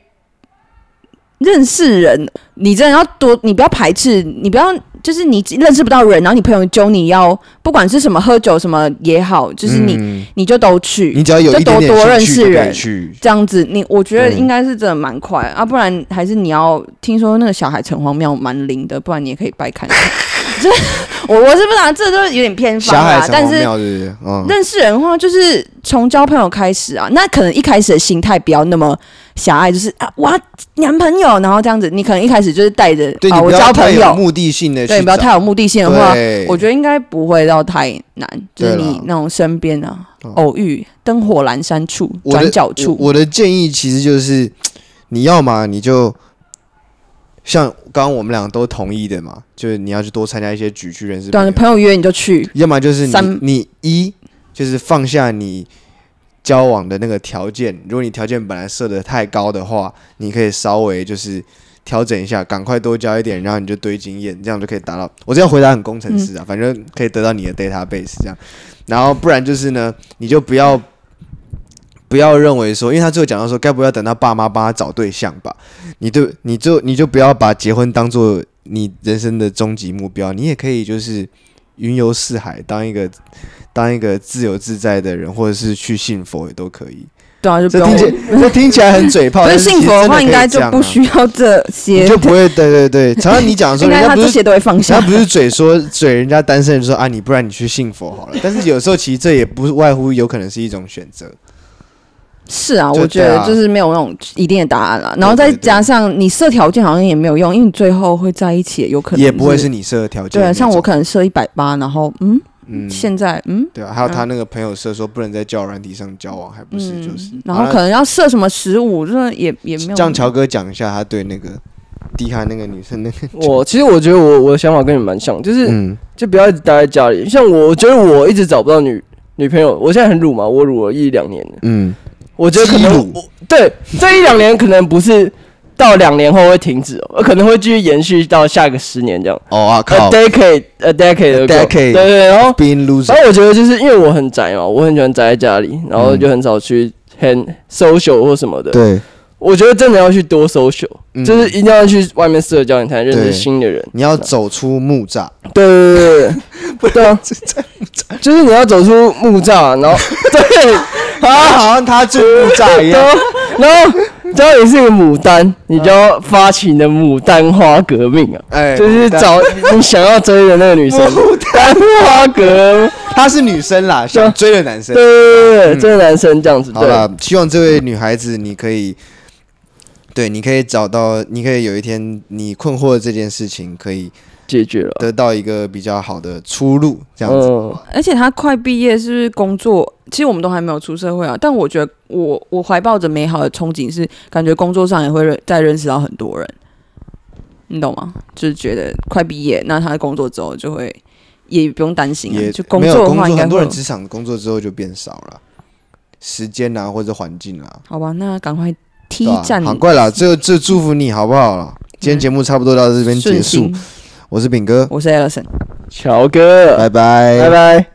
Speaker 2: 认识人，你真的要多，你不要排斥，你不要就是你认识不到人，然后你朋友揪你要，不管是什么喝酒什么也好，就是你、
Speaker 1: 嗯
Speaker 2: 你就都去，
Speaker 1: 你只要有
Speaker 2: 就
Speaker 1: 一点点
Speaker 2: 多
Speaker 1: 兴
Speaker 2: 多认
Speaker 1: 趣
Speaker 2: 识
Speaker 1: 就可以
Speaker 2: 人
Speaker 1: 去
Speaker 2: 这样子，你我觉得
Speaker 1: 嗯
Speaker 2: 应该是真的蛮快、啊，不然还是你要听说那个小孩城隍庙蛮灵的，不然你也可以拜看
Speaker 1: <laughs>
Speaker 2: 看。这我我是不知道，这都有点偏方
Speaker 1: 霞海
Speaker 2: 啦。
Speaker 1: 城
Speaker 2: 但
Speaker 1: 隍
Speaker 2: 是
Speaker 1: 庙对不对？嗯，
Speaker 2: 认识人的话，就是从交朋友开始啊。那可能一开始的心态不要那么狭隘，就是啊，我要男朋友，然后这样子，你可能一开始就是带着
Speaker 1: 对你
Speaker 2: 啊，我
Speaker 1: 不要
Speaker 2: 交
Speaker 1: 太
Speaker 2: 朋
Speaker 1: 有
Speaker 2: 友，
Speaker 1: 目的性的去
Speaker 2: 对，你不要太有目的性的话，我
Speaker 1: 得
Speaker 2: 觉得应该不会到太难，就是
Speaker 1: 对啦
Speaker 2: 你那种身边啊
Speaker 1: 哦，
Speaker 2: 偶遇灯火阑珊处，
Speaker 1: 我的
Speaker 2: 转角处，
Speaker 1: 我我的建议其实就是，你要嘛你就像刚刚我们俩都同意的嘛，就是你要去多参加一些局去认识
Speaker 2: 对啊，
Speaker 1: 朋友，
Speaker 2: 你朋友约你就去，
Speaker 1: 要么就是你
Speaker 2: 三
Speaker 1: 你一就是放下你。交往的那个条件，如果你条件本来设的太高的话，你可以稍微就是调整一下，赶快多交一点，然后你就堆经验，这样就可以达到。我这样回答很工程师啊，反正可以得到你的 database 这样。然后不然就是呢，你就不要不要认为说，因为他最后讲到说，该不要等到爸妈帮他找对象吧？你就你就你就不要把结婚当做你人生的终极目标，你也可以就是云游四海，当一个当一个自由自在的人，或者是去信佛也都可以。
Speaker 2: 对啊，就不
Speaker 1: 这听
Speaker 2: 用
Speaker 1: 起。这听起来很嘴炮，
Speaker 2: 所以
Speaker 1: 但是
Speaker 2: 幸
Speaker 1: 其
Speaker 2: 福
Speaker 1: 实真的
Speaker 2: 的话，
Speaker 1: 可以
Speaker 2: 应该就
Speaker 1: 这样啊
Speaker 2: 不需要这些
Speaker 1: 你就，不会对对对。常常你讲的时
Speaker 2: 应
Speaker 1: 候，人
Speaker 2: 该
Speaker 1: 家
Speaker 2: 他
Speaker 1: 不
Speaker 2: 这
Speaker 1: 是
Speaker 2: 些都会放下
Speaker 1: 人家。不是嘴说嘴人家单身人说啊，你不然你去信佛好了。但是有时候其实这也不外乎有可能是一种选择。
Speaker 2: 是啊，
Speaker 1: 就
Speaker 2: 我觉
Speaker 1: 对
Speaker 2: 得
Speaker 1: 啊
Speaker 2: 就是没有那种一定的答案啦。然后
Speaker 1: 对
Speaker 2: 再
Speaker 1: 对对
Speaker 2: 加上你设条件好像也没有用，因为你最后会在一起，有可能
Speaker 1: 也不会是你设的条件
Speaker 2: 对
Speaker 1: 的
Speaker 2: 啊。
Speaker 1: 那种。
Speaker 2: 像我可能设一百八，然后嗯，
Speaker 1: 嗯，
Speaker 2: 现在嗯，
Speaker 1: 对啊，还有他那个朋友设说不能在交友软体上交往，还不是就是。
Speaker 2: 嗯然后
Speaker 1: 好
Speaker 2: 可能要设什么十五，真的也也没有。
Speaker 1: 让乔哥讲一下他对那个迪卡那个女生那个，
Speaker 3: 我其实我觉得我我的想法跟你蛮像，就是、
Speaker 1: 嗯，
Speaker 3: 就不要一直待在家里。像我，我觉得我一直找不到女女朋友，我现在很乳嘛，我乳了一两年了。
Speaker 1: 嗯，
Speaker 3: 我觉得可能
Speaker 1: 基乳
Speaker 3: 我对这一两年可能不是到两年后会停止哦，可能会继续延续到下个十年这样。
Speaker 1: 哦啊
Speaker 3: A
Speaker 1: 靠
Speaker 3: decade, a decade, ago
Speaker 1: decade
Speaker 3: 对对对，然后
Speaker 1: ，being loser，
Speaker 3: 然后我觉得就是因为我很宅嘛，我很喜欢宅在家里，然后就很少去很 social 或什么的。
Speaker 1: 对，
Speaker 3: 我觉得真的要去多 social，、
Speaker 1: 嗯
Speaker 3: 就是一定要去外面社交，你才能认
Speaker 1: 对
Speaker 3: 识新的人。
Speaker 1: 你要走出木栅，
Speaker 3: 对 <laughs> <laughs> 对对对对，对啊，就是你要走出木栅，然后对，
Speaker 1: 他好像他住木栅一样。
Speaker 3: 然后只要你是个牡丹，你就要发起你的牡丹花革命啊！
Speaker 1: 哎，
Speaker 3: 就是找你想要追的那个女生， <laughs> 牡丹花革，
Speaker 1: 她是女生啦，想追的男生
Speaker 3: 对。对对对，这个男生这样子，
Speaker 1: 嗯好
Speaker 3: 对，
Speaker 1: 了，希望这位女孩子你可以，对，你可以找到，你可以有一天你困惑的这件事情可以
Speaker 3: 解决了。
Speaker 1: 得到一个比较好的出路，这样子。
Speaker 3: 嗯，
Speaker 2: 而且他快毕业，是不是工作？其实我们都还没有出社会啊，但我觉得我我怀抱着美好的憧憬是，感觉工作上也会认再认识到很多人，你懂吗？就是觉得快毕业，那他工作之后就会也不用担心、啊，
Speaker 1: 也
Speaker 2: 就工
Speaker 1: 没有
Speaker 2: 作的
Speaker 1: 工
Speaker 2: 话应
Speaker 1: 作，
Speaker 2: 该
Speaker 1: 很
Speaker 2: 会
Speaker 1: 多人
Speaker 2: 有。
Speaker 1: 职场工作之后就变少了，时间啊或者环境啊。
Speaker 2: 好吧，那赶快踢
Speaker 1: 对吧
Speaker 2: 战
Speaker 1: 好，怪了，这这祝福你好不好了？今天节目差不多到这边结
Speaker 2: 顺
Speaker 1: 束
Speaker 2: 心，。
Speaker 1: 我是炳哥，
Speaker 2: 我是 Alison。
Speaker 3: 乔哥，
Speaker 1: 拜拜，
Speaker 3: 嗯拜拜。